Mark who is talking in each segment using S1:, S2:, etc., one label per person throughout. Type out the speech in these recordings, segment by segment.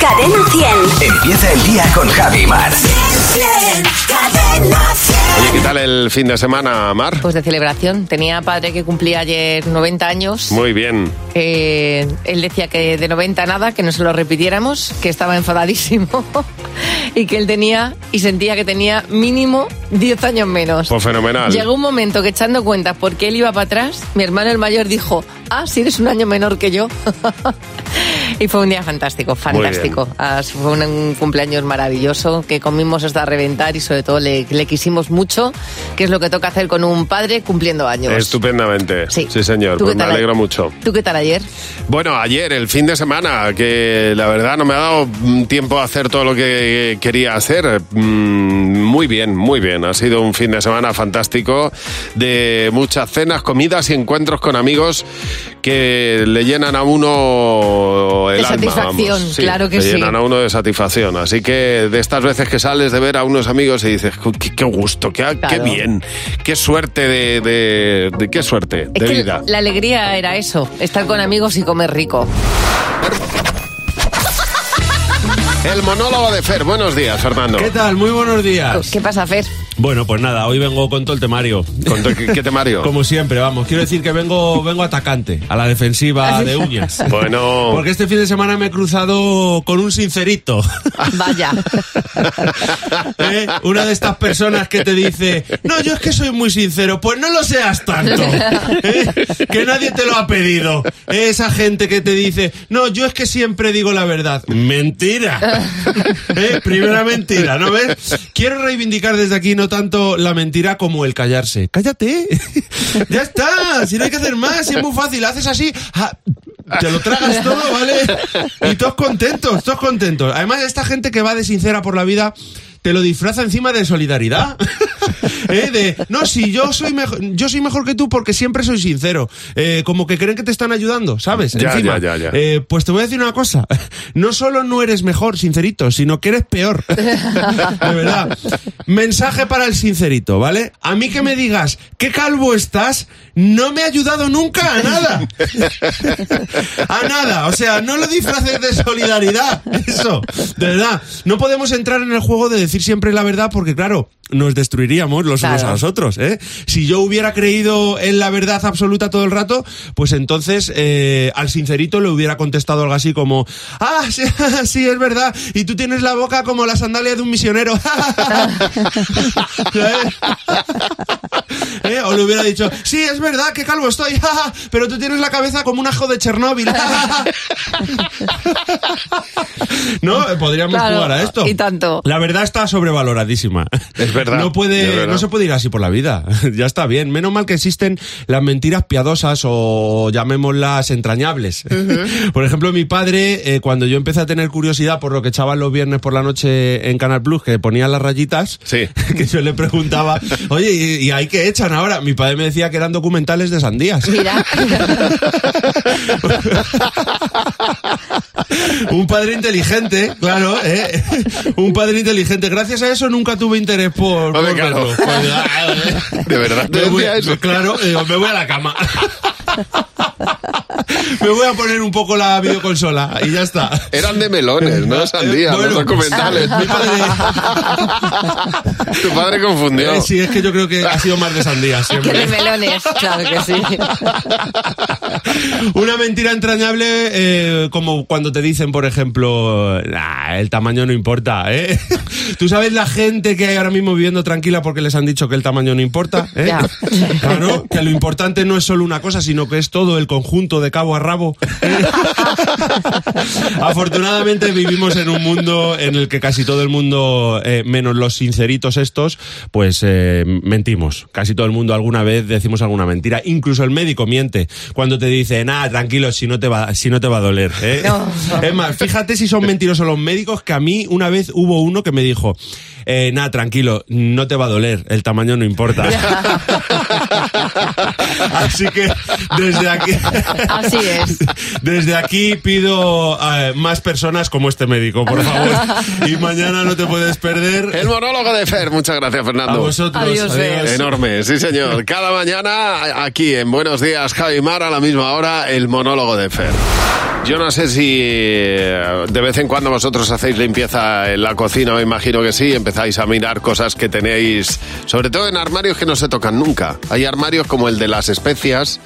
S1: Cadena 100.
S2: Empieza el día con Javi Mar.
S1: Cadena 100.
S3: Oye, ¿qué tal el fin de semana, Mar?
S4: Pues de celebración. Tenía padre que cumplía ayer 90 años.
S3: Muy bien.
S4: Eh, él decía que de 90 nada, que no se lo repitiéramos, que estaba enfadadísimo y que él tenía y sentía que tenía mínimo 10 años menos.
S3: Pues fenomenal.
S4: Llegó un momento que echando cuentas porque él iba para atrás, mi hermano el mayor dijo, ah, si eres un año menor que yo. y fue un día fantástico, fantástico. Ah, fue un, un cumpleaños maravilloso que comimos hasta reventar y sobre todo le, le quisimos mucho, que es lo que toca hacer con un padre cumpliendo años.
S3: Estupendamente.
S4: Sí.
S3: señor.
S4: ¿Tú
S3: Pues
S4: qué
S3: me
S4: tal?
S3: alegro mucho.
S4: ¿Tú qué tal ayer?
S3: Bueno, ayer, el fin de semana, que la verdad no me ha dado mm, tiempo a hacer todo lo que quería hacer. Mm, Muy bien, muy bien. Ha sido un fin de semana fantástico de muchas cenas, comidas y encuentros con amigos que le llenan a uno el
S4: De
S3: alma. vamos.
S4: satisfacción, claro que
S3: le
S4: sí.
S3: llenan a uno de satisfacción. Así que de estas veces que sales de ver a unos amigos y dices, "Cu- qué, qué gusto, qué, qué
S4: Claro.
S3: bien, qué suerte de, de- de- qué suerte de
S4: Es que
S3: vida.
S4: La alegría era eso, estar con amigos y comer rico.
S3: El monólogo de Fer. Buenos días, Fernando.
S5: ¿Qué tal? Muy buenos días.
S4: Oh, ¿Qué pasa, Fer?
S5: Bueno, pues nada, hoy vengo con todo el temario.
S3: Con tu- ¿Qué temario?
S5: Como siempre, vamos. Quiero decir que vengo, vengo atacante, a la
S6: Ah,
S5: defensiva de uñas.
S3: Bueno.
S5: Porque este fin de semana me he cruzado con un sincerito.
S4: Vaya.
S5: ¿Eh? Una de estas personas que te dice, no, yo es que soy muy sincero, pues no lo seas tanto, ¿eh? que nadie te lo ha pedido. Esa gente que te dice, no, yo es que siempre digo la verdad. Mentira. ¿Eh? Primera mentira, ¿no ves? Quiero reivindicar desde aquí no tanto la mentira como el callarse. Cállate. ya está, si no hay que hacer más, si es muy fácil, haces así... ah, te lo tragas todo, ¿vale? Y todos contentos, todos contentos. Además, esta gente que va de sincera por la vida te lo disfraza encima de solidaridad. ¿Eh? De, no, si yo soy, mejor, yo soy mejor que tú porque siempre soy sincero. Eh, como que creen que te están ayudando, ¿sabes?
S3: Ya,
S5: Encima.
S3: ya, ya, ya.
S5: Eh, pues te voy a decir una cosa. No solo no eres mejor, sincerito, sino que eres peor. De verdad. Mensaje para el sincerito, ¿vale? A mí que me digas, qué calvo estás, no me ha ayudado nunca a nada. A nada, o sea, no lo disfraces de solidaridad, eso, de verdad. No podemos entrar en el juego de decir siempre la verdad porque, claro, nos destruiríamos los unos
S4: Claro.
S5: a los otros, ¿eh? Si yo hubiera creído en la verdad absoluta todo el rato, pues entonces eh, al sincerito le hubiera contestado algo así como, ah, sí, sí, es verdad, y tú tienes la boca como la sandalia de un misionero. ¿Sabes? ¿Eh? O le hubiera dicho, sí, es verdad, que calvo estoy, jaja, pero tú tienes la cabeza como un ajo de Chernóbil. jaja". no, eh, podríamos
S4: Claro,
S5: jugar a esto.
S4: y tanto.
S5: La verdad está sobrevaloradísima.
S3: Es verdad,
S5: No,
S3: es
S5: puede,
S3: verdad.
S5: no se puede ir así por la vida. ya está bien. Menos mal que existen las mentiras piadosas o llamémoslas entrañables. por ejemplo, mi padre, eh, cuando yo empecé a tener curiosidad por lo que echaban los viernes por la noche en Canal Plus, que ponían las rayitas,
S3: Sí.
S5: que yo le preguntaba, oye, ¿y, y ahí qué echan ahora? Mi padre me decía que eran documentales de sandías.
S4: Mira.
S5: Un padre inteligente, claro, ¿eh? Un padre inteligente. Gracias a eso nunca tuve interés por,
S3: Hombre,
S5: por
S3: claro.
S5: verlo. Pues,
S3: ¿De verdad te
S5: me voy-
S3: decía eso?
S5: Claro, digo, me voy a la cama. Me voy a poner un poco la videoconsola y ya está.
S3: Eran de melones, no de sandía,
S5: Eh, bueno,
S3: los documentales.
S5: Mi padre...
S3: Tu padre confundió.
S5: Eh, sí, es que yo creo que ha sido más de sandía
S4: que de
S5: siempre.
S4: melones. Claro que sí.
S5: Una mentira entrañable eh, como cuando te dicen, por ejemplo, "Nah, el tamaño no importa, ¿eh? Tú sabes la gente que hay ahora mismo viviendo tranquila porque les han dicho que el tamaño no importa, ¿eh?
S4: Ya.
S5: Claro, que lo importante no es solo una cosa, sino que es todo el conjunto de cabo a rabo. ¿eh? Afortunadamente vivimos en un mundo en el que casi todo el mundo, eh, menos los sinceritos estos, pues eh, mentimos. Casi todo el mundo alguna vez decimos alguna mentira. Incluso el médico miente cuando te dice, nada, tranquilo, si no te va, si no te va a doler. ¿eh?". Es más, fíjate si son mentirosos los médicos, que a mí una vez hubo uno que me dijo, eh, nada, tranquilo, no te va a doler, el tamaño no importa. Así que desde aquí...
S4: Así es.
S5: Desde aquí pido eh, más personas como este médico, por favor. Y mañana no te puedes perder.
S3: El monólogo de Fer. Muchas gracias, Fernando.
S5: A vosotros.
S4: Adiós, Fer.
S3: Enorme, sí, señor. Cada mañana aquí en Buenos Días, Javi Mar, a la misma hora, el monólogo de Fer. Yo no sé si eh, de vez en cuando vosotros hacéis limpieza en la cocina, me imagino que sí, empezáis a mirar cosas que tenéis, sobre todo en armarios que no se tocan nunca. Hay armarios como el de las especias,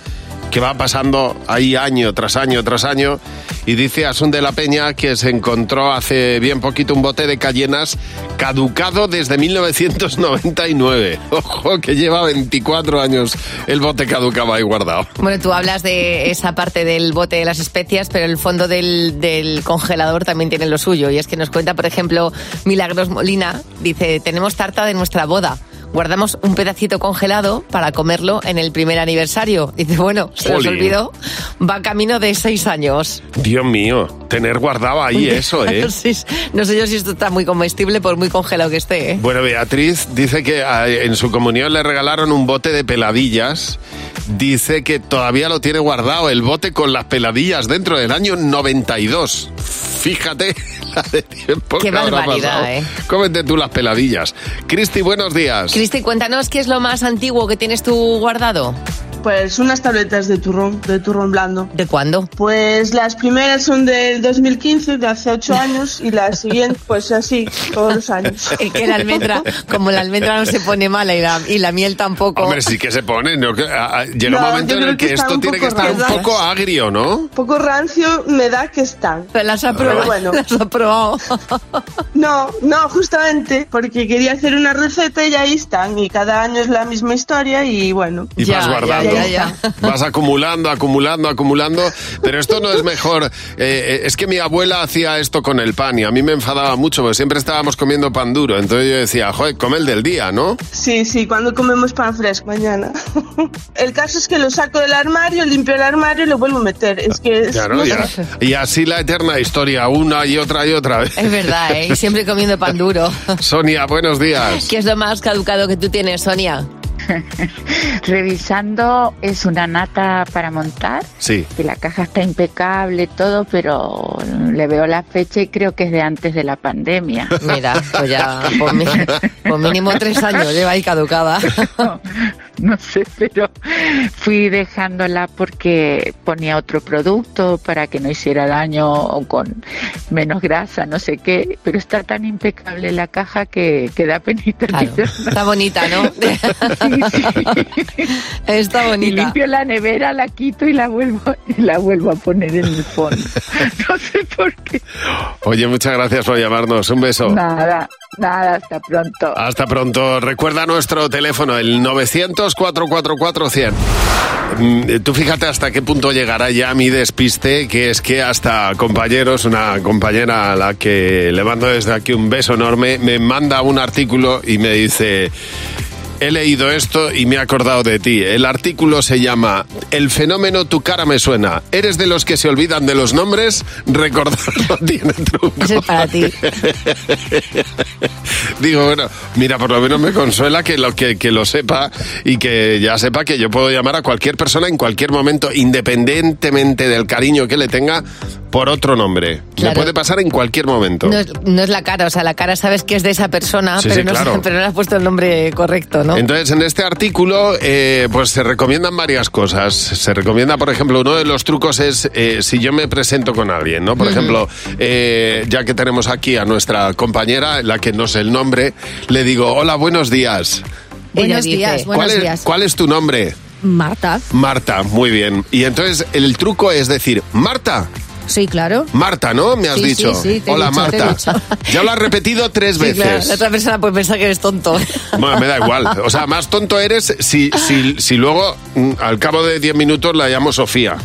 S3: que va pasando ahí año tras año tras año. Y dice Asun de la Peña que se encontró hace bien poquito un bote de cayenas caducado desde 1999. Ojo, que lleva 24 años el bote caducado ahí guardado.
S4: Bueno, tú hablas de esa parte del bote de las especias, pero el fondo del, del congelador también tiene lo suyo. Y es que nos cuenta, por ejemplo, Milagros Molina, dice, tenemos tarta de nuestra boda guardamos un pedacito congelado para comerlo en el primer aniversario. Dice, bueno, se nos
S3: Jolín.
S4: olvidó, va camino de seis años.
S3: Dios mío, tener guardado ahí eso, ¿eh?
S4: No sé, no sé yo si esto está muy comestible por muy congelado que esté, ¿eh?
S3: Bueno, Beatriz dice que a- en su comunión le regalaron un bote de peladillas. Dice que todavía lo tiene guardado el bote con las peladillas dentro del año 92. Fíjate la de tiempo
S4: Qué
S3: que habrá
S4: barbaridad,
S3: pasado.
S4: ¿eh?
S3: Cómete tú las peladillas. Cristi, buenos días.
S4: Cristi, cuéntanos qué es lo más antiguo que tienes tú guardado.
S1: Pues unas tabletas de turrón, de turrón blando.
S4: ¿De cuándo?
S1: Pues las primeras son del 2015, de hace ocho años, y las siguientes, pues así, todos los años.
S4: Es que la almendra, como la almendra no se pone mala y la, y la miel tampoco.
S3: Hombre, sí que se pone. ¿no? Que- a- a- Llega un
S1: No,
S3: momento
S1: yo
S3: en
S1: creo
S3: el
S1: que
S3: que
S1: están
S3: esto
S1: un
S3: tiene que
S1: poco
S3: estar un
S1: raras.
S3: poco agrio, ¿no?
S1: Poco rancio me da que están.
S4: Pero las has probado.
S1: bueno.
S4: Las has probado.
S1: No, no, justamente, porque quería hacer una receta y ahí están, y cada año es la misma historia, y bueno.
S3: Y
S4: Ya,
S3: vas
S4: ya,
S3: guardando.
S4: ya, ya.
S3: Vas acumulando, acumulando, acumulando. Pero esto no es mejor. Eh, eh, es que mi abuela hacía esto con el pan y a mí me enfadaba mucho porque siempre estábamos comiendo pan duro. Entonces yo decía, joder, come el del día, ¿no?
S1: Sí, sí, cuando comemos pan fresco mañana. El caso es que lo saco del armario, limpio el armario y lo vuelvo a meter. Es que es-
S3: Claro,
S1: no
S3: y,
S1: sé.
S3: a- y así la eterna historia, una y otra y otra vez.
S4: Es verdad, ¿eh? Y siempre comiendo pan duro.
S3: Sonia, buenos días.
S4: ¿Qué es lo más caducado que tú tienes, Sonia?
S7: Revisando, es una nata para montar.
S3: Sí.
S7: Que la caja está impecable, todo, pero le veo la fecha y creo que es de antes de la pandemia.
S4: Mira, pues ya, por, mí- por mínimo tres años lleva ahí caducada.
S7: No sé, pero fui dejándola porque ponía otro producto para que no hiciera daño o con menos grasa, no sé qué, pero está tan impecable la caja que, que da penita.
S4: Claro. Está bonita, ¿no? Está
S7: Y
S4: bonita.
S7: limpio la nevera, la quito y la vuelvo y la vuelvo a poner en el fondo. No sé por qué.
S3: Oye, muchas gracias por llamarnos. Un beso.
S7: Nada, nada, hasta pronto.
S3: Hasta pronto. Recuerda nuestro teléfono, el 900-444-100. Mm, Tú fíjate hasta qué punto llegará ya mi despiste, que es que hasta compañeros, una compañera a la que le mando desde aquí un beso enorme, me manda un artículo y me dice... He leído esto y me he acordado de ti. El artículo se llama El fenómeno tu cara me suena. ¿Eres de los que se olvidan de los nombres? Recordarlo tiene truco.
S4: Ese es para ti.
S3: Digo, bueno, mira, por lo menos me consuela que lo, que, que lo sepa y que ya sepa que yo puedo llamar a cualquier persona en cualquier momento, independientemente del cariño que le tenga, por otro nombre.
S4: Claro.
S3: Me puede pasar en cualquier momento.
S4: No es, no es la cara, o sea, la cara sabes que es de esa persona,
S3: Sí,
S4: pero,
S3: sí,
S4: no,
S3: claro.
S4: pero no le has puesto el nombre correcto, ¿no?
S3: Entonces, en este artículo, eh, pues se recomiendan varias cosas. Se recomienda, por ejemplo, uno de los trucos es eh, si yo me presento con alguien, ¿no? Por ejemplo, eh, ya que tenemos aquí a nuestra compañera, la que no sé el nombre, le digo, hola, buenos días.
S4: Ella
S8: Buenos
S4: dice,
S8: días,
S3: ¿Cuál
S8: buenos
S3: es-
S8: días.
S3: ¿Cuál es tu nombre?
S8: Marta,
S3: Marta, muy bien. Y entonces el truco es decir, Marta,
S8: sí, claro.
S3: Marta, ¿no? Me has
S8: Sí,
S3: dicho.
S8: sí, sí, te he
S3: Hola,
S8: dicho, te he
S3: Marta.
S8: dicho.
S3: Ya lo has repetido tres
S4: Sí, claro,
S3: veces.
S4: la otra persona puede pensar que eres tonto.
S3: Bueno, me da igual. O sea, más tonto eres si, si, si luego mm, al cabo de 10 minutos la llamo Sofía,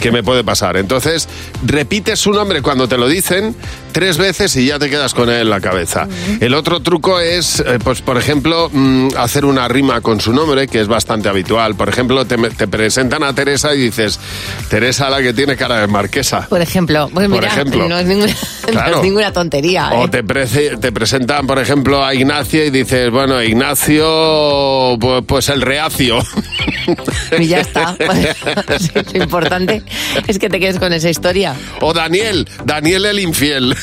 S3: que me puede pasar. Entonces, repites su nombre cuando te lo dicen tres veces y ya te quedas con él en la cabeza. El otro truco es, eh, pues, por ejemplo, mm, hacer una rima con su nombre, que es bastante habitual. Por ejemplo, te, me- te presentan a Teresa y dices, Teresa la que tiene cara de marquesa.
S4: Por ejemplo, pues
S3: Por
S4: mira,
S3: ejemplo.
S4: no es ningún-
S3: Claro. Oh.
S4: No es ninguna tontería.
S3: O
S4: ¿eh?
S3: te, prece- te presentan, por ejemplo, a Ignacio y dices, bueno, Ignacio, pues, pues el reacio.
S4: Y ya está. Sí, Lo importante es que te quedes con esa historia.
S3: O Daniel, Daniel el infiel.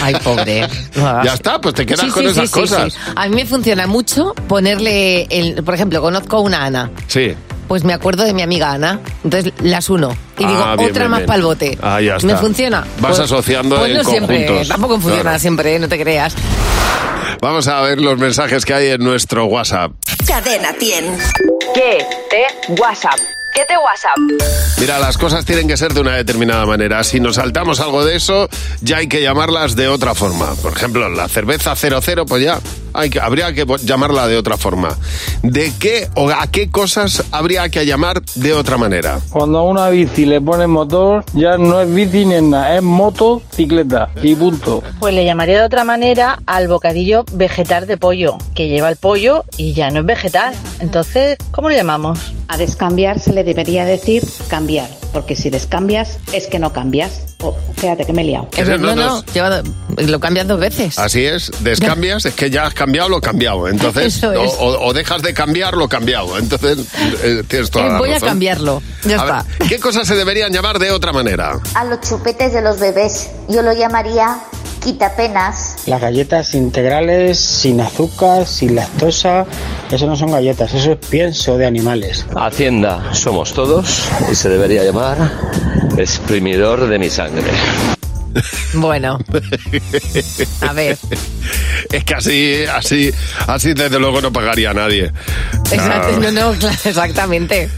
S4: Ay, pobre.
S3: ya está, pues te quedas
S4: Sí,
S3: con
S4: sí, sí,
S3: esas
S4: sí,
S3: cosas.
S4: sí. A mí me funciona mucho ponerle, el, por ejemplo, conozco a una Ana.
S3: Sí.
S4: Pues me acuerdo de mi amiga Ana. Entonces las uno. Y digo,
S3: Ah, bien,
S4: otra
S3: bien,
S4: más
S3: bien.
S4: para el bote.
S3: Ah, ya está.
S4: ¿Me funciona?
S3: Vas asociando
S4: pues
S3: en
S4: no siempre.
S3: conjuntos.
S4: Tampoco funciona
S3: Claro.
S4: siempre, ¿eh? no te creas.
S3: Vamos a ver los mensajes que hay en nuestro WhatsApp.
S8: Cadena 100.
S9: ¿Qué te WhatsApp? ¿Qué te WhatsApp?
S3: Mira, las cosas tienen que ser de una determinada manera. Si nos saltamos algo de eso, ya hay que llamarlas de otra forma. Por ejemplo, la cerveza 00, pues ya hay que- habría que po- llamarla de otra forma. ¿De qué o a qué cosas habría que llamar de otra manera?
S10: Cuando a una bici le ponen motor, ya no es bici ni es nada, es moto, cicleta y punto.
S11: Pues le llamaría de otra manera al bocadillo vegetal de pollo, que lleva el pollo y ya no es vegetal. Entonces, ¿cómo le llamamos?
S12: A descambiar se le debería decir cambiar, porque si descambias es que no cambias. Oh, espérate, que me he liado.
S3: Que se
S4: no,
S3: nos-
S4: no, lleva- lo cambias dos veces.
S3: Así es, descambias, es que ya has cambiado lo cambiado. Entonces,
S4: Eso
S3: o,
S4: es.
S3: o- o dejas de cambiar lo cambiado. Entonces, eh, tienes toda
S4: Eh,
S3: la
S4: voy a
S3: razón.
S4: cambiarlo. Ya
S3: A ver,
S4: está.
S3: ¿Qué cosas se deberían llamar de otra manera?
S13: A los chupetes de los bebés, yo lo llamaría quitapenas.
S14: Las galletas integrales, sin azúcar, sin lactosa, eso no son galletas, eso es pienso de animales.
S15: Hacienda somos todos y se debería llamar exprimidor de mi sangre.
S4: Bueno, a ver.
S3: Es que así, así, así desde luego no pagaría a nadie. Ah,
S4: Exacto, no, no, claro, exactamente.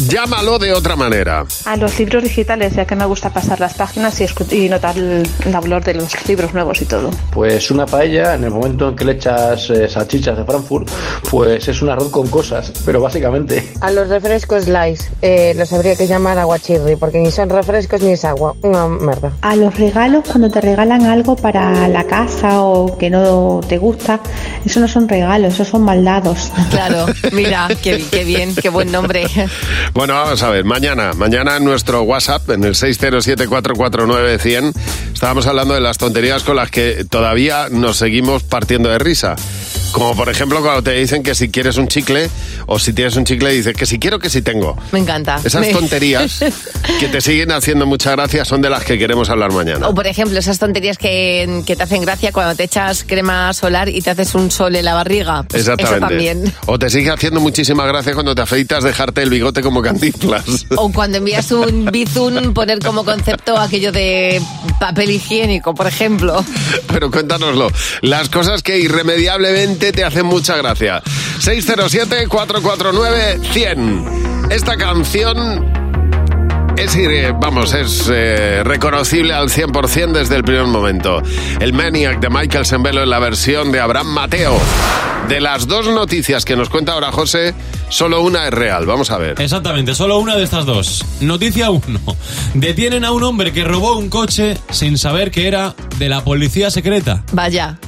S3: Llámalo de otra manera.
S16: A los libros digitales, ya que me gusta pasar las páginas y, escu- y notar el, el valor de los libros nuevos y todo.
S17: Pues una paella, en el momento en que le echas eh, salchichas de Frankfurt, pues es un arroz con cosas, pero básicamente.
S18: A los refrescos Lice los habría que llamar aguachirri, porque ni son refrescos ni es agua. Una merda.
S19: A los regalos, cuando te regalan algo para la casa o que no te gusta, eso no son regalos, eso son maldados.
S4: Claro, mira, qué, qué bien, qué buen nombre.
S3: Bueno, vamos a ver, mañana, mañana en nuestro WhatsApp, en el 607-449-100, estábamos hablando de las tonterías con las que todavía nos seguimos partiendo de risa. Como por ejemplo cuando te dicen que si quieres un chicle o si tienes un chicle dices que si quiero que si tengo.
S4: Me encanta.
S3: Esas
S4: Me-
S3: tonterías que te siguen haciendo muchas gracias son de las que queremos hablar mañana.
S4: O por ejemplo, esas tonterías que, que te hacen gracia cuando te echas crema solar y te haces un sol en la barriga. Pues Eso también.
S3: O te sigue haciendo muchísima gracia cuando te afeitas dejarte el bigote como cantinflas.
S4: O cuando envías un bizun poner como concepto aquello de papel higiénico, por ejemplo.
S3: Pero cuéntanoslo. Las cosas que irremediablemente te hacen mucha gracia. 607-449-100. Esta canción es, irre- vamos, es eh, reconocible al 100% desde el primer momento. El Maniac de Michael Sembelo en la versión de Abraham Mateo. De las dos noticias que nos cuenta ahora José, solo una es real. Vamos a ver.
S6: Exactamente, solo una de estas dos. Noticia 1. Detienen a un hombre que robó un coche sin saber que era de la policía secreta.
S4: Vaya.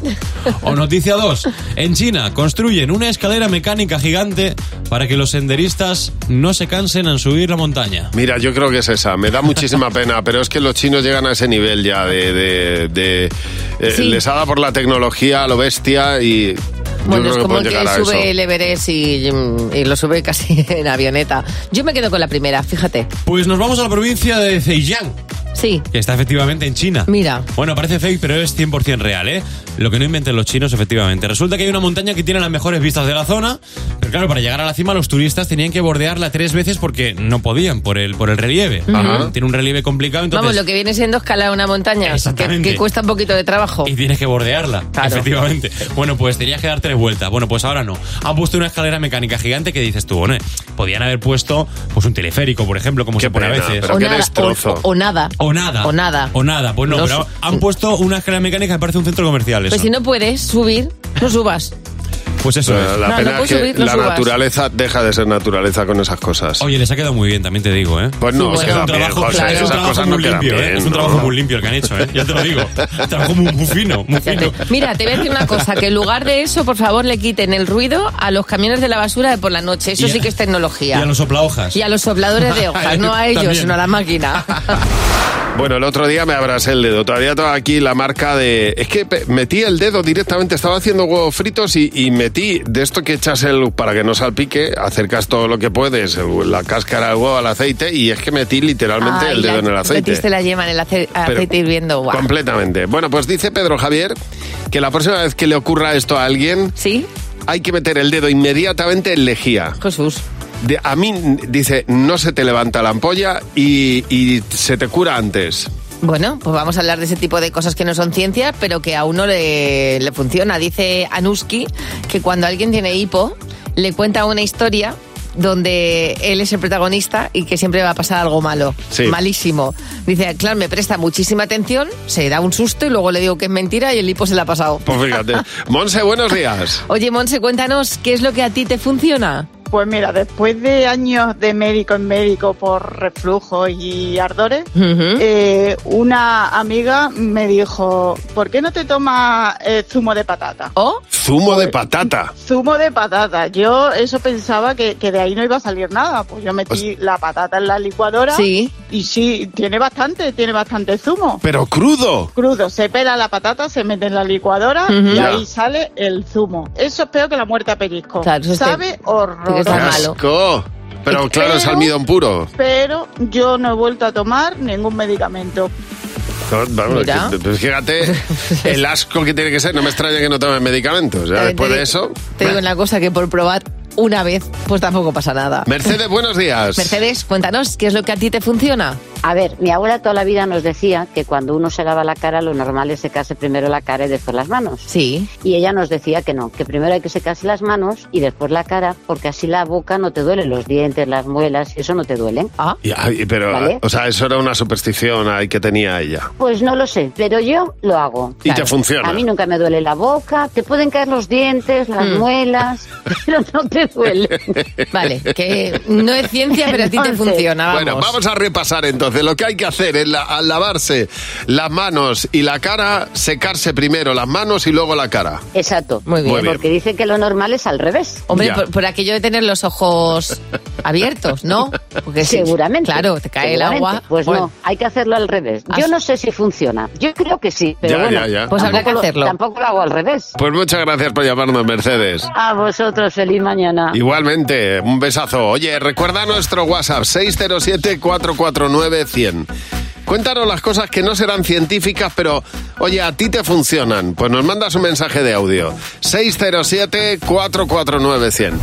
S6: O noticia 2. En China construyen una escalera mecánica gigante para que los senderistas no se cansen en subir la montaña.
S3: Mira, yo creo que es esa. Me da muchísima pena, pero es que los chinos llegan a ese nivel ya de... de, de- eh,
S4: Sí.
S3: Les ha dado por la tecnología, a lo bestia y... yo
S4: Bueno,
S3: creo
S4: es
S3: que
S4: como
S3: pueden
S4: el que
S3: llegar a eso.
S4: sube el Everest y, mm, y lo sube casi en avioneta. Yo me quedo con la primera, fíjate.
S6: Pues nos vamos a la provincia de Zhejiang.
S4: Sí,
S6: Que está efectivamente en China.
S4: Mira.
S6: Bueno, parece fake, pero es 100% real, ¿eh? Lo que no inventen los chinos, efectivamente. Resulta que hay una montaña que tiene las mejores vistas de la zona, pero claro, para llegar a la cima los turistas tenían que bordearla tres veces porque no podían por el, por el relieve.
S4: Ajá.
S6: Tiene un relieve complicado, entonces...
S4: vamos, lo que viene siendo escalar una montaña, que,
S6: Exactamente.
S4: que cuesta un poquito de trabajo.
S6: Y tienes que bordearla, efectivamente. Bueno, pues tenías que dar tres vueltas. Bueno, pues ahora no. Han puesto una escalera mecánica gigante que dices tú, bueno, eh, podían haber puesto pues un teleférico, por ejemplo, como se pone
S3: pena,
S6: a veces.
S3: pero O qué nada, o- destrozo.
S4: O nada.
S6: O nada.
S4: O nada.
S6: O nada, pues no,
S4: No
S6: pero
S4: sé.
S6: han puesto una escalera mecánica que parece un centro comercial eso.
S4: Pues si no puedes subir, no subas.
S6: Pues eso
S3: Pero
S6: es.
S3: La
S4: No,
S3: pena
S4: no
S3: es
S4: puedes
S3: que
S4: subir, no
S3: la
S4: subas.
S3: naturaleza deja de ser naturaleza con esas cosas.
S6: Oye, les ha quedado muy bien, también te digo, ¿eh?
S3: Pues no,
S6: es
S3: se
S6: un
S3: da bien,
S6: trabajo, es
S3: José,
S6: un
S3: esas
S6: trabajo
S3: cosas no
S6: muy
S3: quedan
S6: limpio, ¿eh?
S3: bien,
S6: Es un
S3: no,
S6: trabajo
S3: no.
S6: muy limpio el que han hecho, ¿eh? Ya te lo digo. Un trabajo muy, muy fino, muy fino.
S4: Mira, te voy a decir una cosa, que en lugar de eso, por favor, le quiten el ruido a los camiones de la basura de por la noche. Eso
S6: Y a-
S4: sí que es
S6: Y
S4: tecnología.
S6: a los soplahojas.
S4: Y a los sopladores de hojas, no a ellos,
S6: También.
S4: sino a la máquina.
S3: Bueno, el otro día me abrasé el dedo. Todavía tengo aquí la marca de. Es que pe- metí el dedo directamente. Estaba haciendo huevos fritos y, y metí de esto que echas el, para que no salpique. Acercas todo lo que puedes, el- la cáscara del huevo al aceite. Y es que metí literalmente
S4: Ay,
S3: el dedo
S4: la-
S3: en el aceite.
S4: Metiste la yema en el ace-
S3: Pero-
S4: aceite hirviendo. guau.
S3: Completamente. Bueno, pues dice Pedro Javier que la próxima vez que le ocurra esto a alguien, hay que meter el dedo inmediatamente en lejía.
S4: Jesús.
S3: a mí, dice, no se te levanta la ampolla y, y se te cura antes.
S4: Bueno, pues vamos a hablar de ese tipo de cosas que no son ciencia, pero que a uno le, le funciona. Dice Anuski que cuando alguien tiene hipo, le cuenta una historia donde él es el protagonista y que siempre va a pasar algo malo,
S8: Sí.
S4: malísimo. Dice, claro, me presta muchísima atención, se da un susto y luego le digo que es mentira y el hipo se la ha pasado.
S3: Pues fíjate. Monse, buenos días.
S4: Oye, Monse, cuéntanos, ¿qué es lo que a ti te funciona?
S20: Pues mira, después de años de médico en médico por reflujo y ardores, eh, una amiga me dijo, ¿por qué no te tomas eh, zumo de patata?
S4: ¿O?
S3: Zumo de patata.
S20: Zumo de patata. Yo eso pensaba que, que de ahí no iba a salir nada. Pues yo metí la patata en la licuadora
S4: Sí.
S20: y sí, tiene bastante, tiene bastante zumo.
S3: Pero crudo.
S20: Crudo, se pela la patata, se mete en la licuadora
S3: Ujú.
S20: y
S3: Ya.
S20: ahí sale el zumo. Eso es peor que la muerte a pellizco.
S3: Claro, eso es que-
S20: Sabe horror.
S3: ¡Qué asco!
S4: ¿Eh?
S3: Pero claro, es almidón puro.
S20: Pero yo no he vuelto a tomar ningún medicamento.
S3: Vamos,
S20: Mira.
S3: que- pues fíjate el asco que tiene que ser. No me extraña que no tomen medicamentos. Ya
S4: Eh,
S3: después
S4: te-
S3: de eso.
S4: Te digo una cosa, que por probar una vez, pues tampoco pasa nada.
S3: Mercedes, buenos días.
S4: Mercedes, cuéntanos, ¿qué es lo que a ti te funciona?
S8: A ver, mi abuela toda la vida nos decía que cuando uno se lava la cara lo normal es secarse primero la cara y después las manos.
S4: Sí.
S8: Y ella nos decía que no, que primero hay que secarse las manos y después la cara, porque así la boca no te duele, los dientes, las muelas, eso no te duele.
S4: Ah.
S3: Y- ay, pero,
S8: Vale.
S3: o sea, eso era una superstición ahí que tenía ella.
S8: Pues no lo sé, pero yo lo hago.
S3: Y te funciona.
S8: A mí nunca me duele la boca, te pueden caer los dientes, las
S4: Mm.
S8: muelas, pero no te duele.
S4: Vale, que Eh, no es ciencia, pero a ti te funciona. Vamos.
S3: Bueno, vamos a repasar entonces lo que hay que hacer es la- al lavarse las manos y la cara, secarse primero las manos y luego la cara.
S8: Exacto.
S3: Muy bien. Muy bien.
S8: Porque dicen que lo normal es al revés.
S4: Hombre,
S3: Ya.
S4: por, por aquello de tener los ojos abiertos, ¿no? Porque si-
S8: Seguramente.
S4: claro, te cae el
S8: seguramente.
S4: agua.
S8: Pues
S4: Bueno.
S8: no, hay que hacerlo al revés. Yo no sé si funciona. Yo creo que sí, pero
S3: Ya,
S8: bueno.
S3: ya, ya. Pues habrá
S8: tampoco
S3: que
S8: lo-
S3: hacerlo.
S8: Tampoco lo hago al revés.
S3: Pues muchas gracias por llamarnos, Mercedes.
S8: A vosotros, feliz mañana.
S3: Igualmente, un besazo. Oye, recuerda nuestro WhatsApp 607-449-100. Cuéntanos las cosas que no serán científicas, pero oye, a ti te funcionan. Pues nos mandas un mensaje de audio. 607-449-100.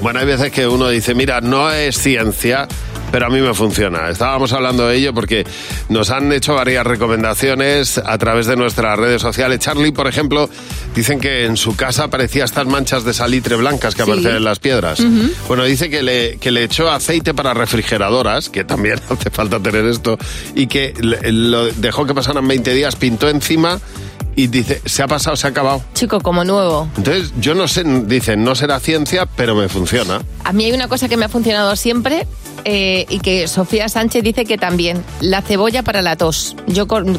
S3: Bueno, hay veces que uno dice, mira, no es ciencia, pero a mí me funciona. Estábamos hablando de ello porque nos han hecho varias recomendaciones a través de nuestras redes sociales. Charlie, por ejemplo, dicen que en su casa parecía estas manchas de salitre blancas que
S21: Sí.
S3: aparecen en las piedras.
S21: Ujú.
S3: Bueno, dice que le, que le echó aceite para refrigeradoras, que también hace falta tener esto, y que le- lo dejó que pasaran 20 días, pintó encima y dice, se ha pasado, se ha acabado.
S4: Chico, como nuevo.
S3: Entonces, yo no sé, dicen, no será ciencia, pero me funciona.
S4: A mí hay una cosa que me ha funcionado siempre eh, y que Sofía Sánchez dice que también, la cebolla para la tos. Yo cor- mm,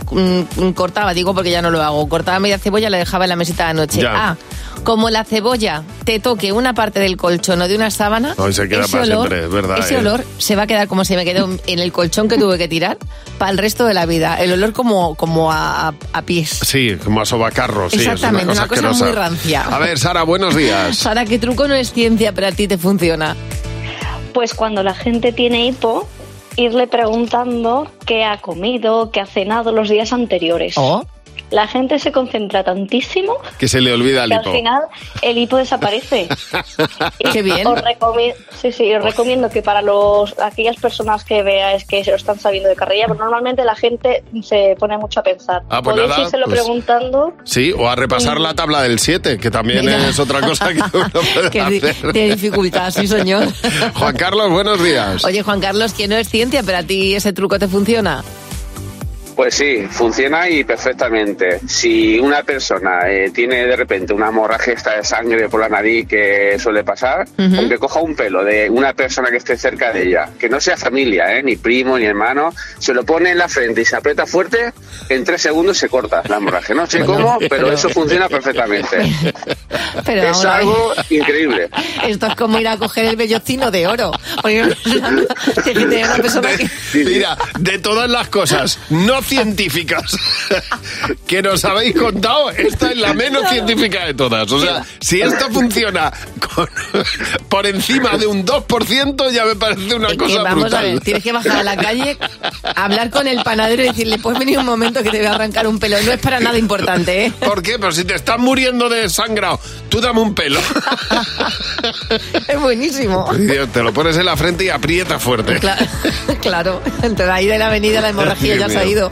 S4: mm, cortaba, digo porque ya no lo hago, cortaba media cebolla y la dejaba en la mesita de noche.
S3: Ya.
S4: Ah, como la cebolla te toque una parte del colchón o de una sábana,
S3: Ay, se queda
S4: ese,
S3: para
S4: olor,
S3: siempre, es verdad,
S4: ese
S3: eh.
S4: olor se va a quedar como se me quedó en el colchón que tuve que tirar para el resto de la vida. El olor como, como a, a- a pies.
S3: Sí, como a sobacarros. sí, es
S4: Exactamente, una cosa,
S3: asquerosa.
S4: muy rancia.
S3: A ver, Sara, buenos días.
S4: Sara, ¿qué truco no es ciencia, pero a ti te funciona?
S22: Pues cuando la gente tiene hipo, irle preguntando qué ha comido, qué ha cenado los días anteriores.
S3: Oh.
S22: La gente se concentra tantísimo
S3: Que se le olvida el
S22: que al
S3: hipo.
S22: final el hipo desaparece.
S3: Qué bien.
S22: Os, recomi- sí, sí, os recomiendo que para los aquellas personas que veáis que se lo están sabiendo de carrilla, porque normalmente la gente se pone mucho a pensar.
S3: Ah, pues
S22: Podéis
S3: nada,
S22: írselo
S3: pues-
S22: preguntando.
S3: Sí, o a repasar la tabla del 7, que también
S22: Mira.
S3: es otra cosa que uno puede
S4: Qué di-
S3: hacer.
S4: qué dificultad, sí, señor.
S3: Juan Carlos, buenos días.
S4: Oye, Juan Carlos, que no es ciencia, pero a ti ese truco te funciona.
S2: Pues sí, funciona y perfectamente. Si una persona eh, tiene de repente una hemorragia esta de sangre por la nariz que suele pasar,
S21: Ujú.
S2: aunque coja un pelo de una persona que esté cerca de ella, que no sea familia, eh, ni primo, ni hermano, se lo pone en la frente y se aprieta fuerte, en tres segundos se corta la hemorragia. No sé cómo, pero eso funciona perfectamente.
S4: Pero
S2: Es
S4: vamos a ver,
S2: algo increíble.
S4: esto es como ir a coger el vellocino de oro. Porque tiene una persona que...
S3: Mira, de todas las cosas no científicas que nos habéis contado, esta es la menos científica de todas. O sea, si esto funciona con- por encima de un 2%, ya me parece una
S4: que
S3: cosa
S4: vamos a ver,
S3: brutal.
S4: tienes que bajar a la calle, hablar con el panadero y decirle, puedes venir un momento que te voy a arrancar un pelo. No es para nada importante, ¿eh?
S3: ¿Por qué? Pero si te estás muriendo de sangrado, tú dame un pelo.
S4: Es buenísimo.
S3: Dios, te lo pones en la frente y aprieta fuerte.
S4: Claro, Pues claro. Entonces, ahí de la avenida la hemorragia
S3: Dios
S4: ya se ha
S3: mío.
S4: ido.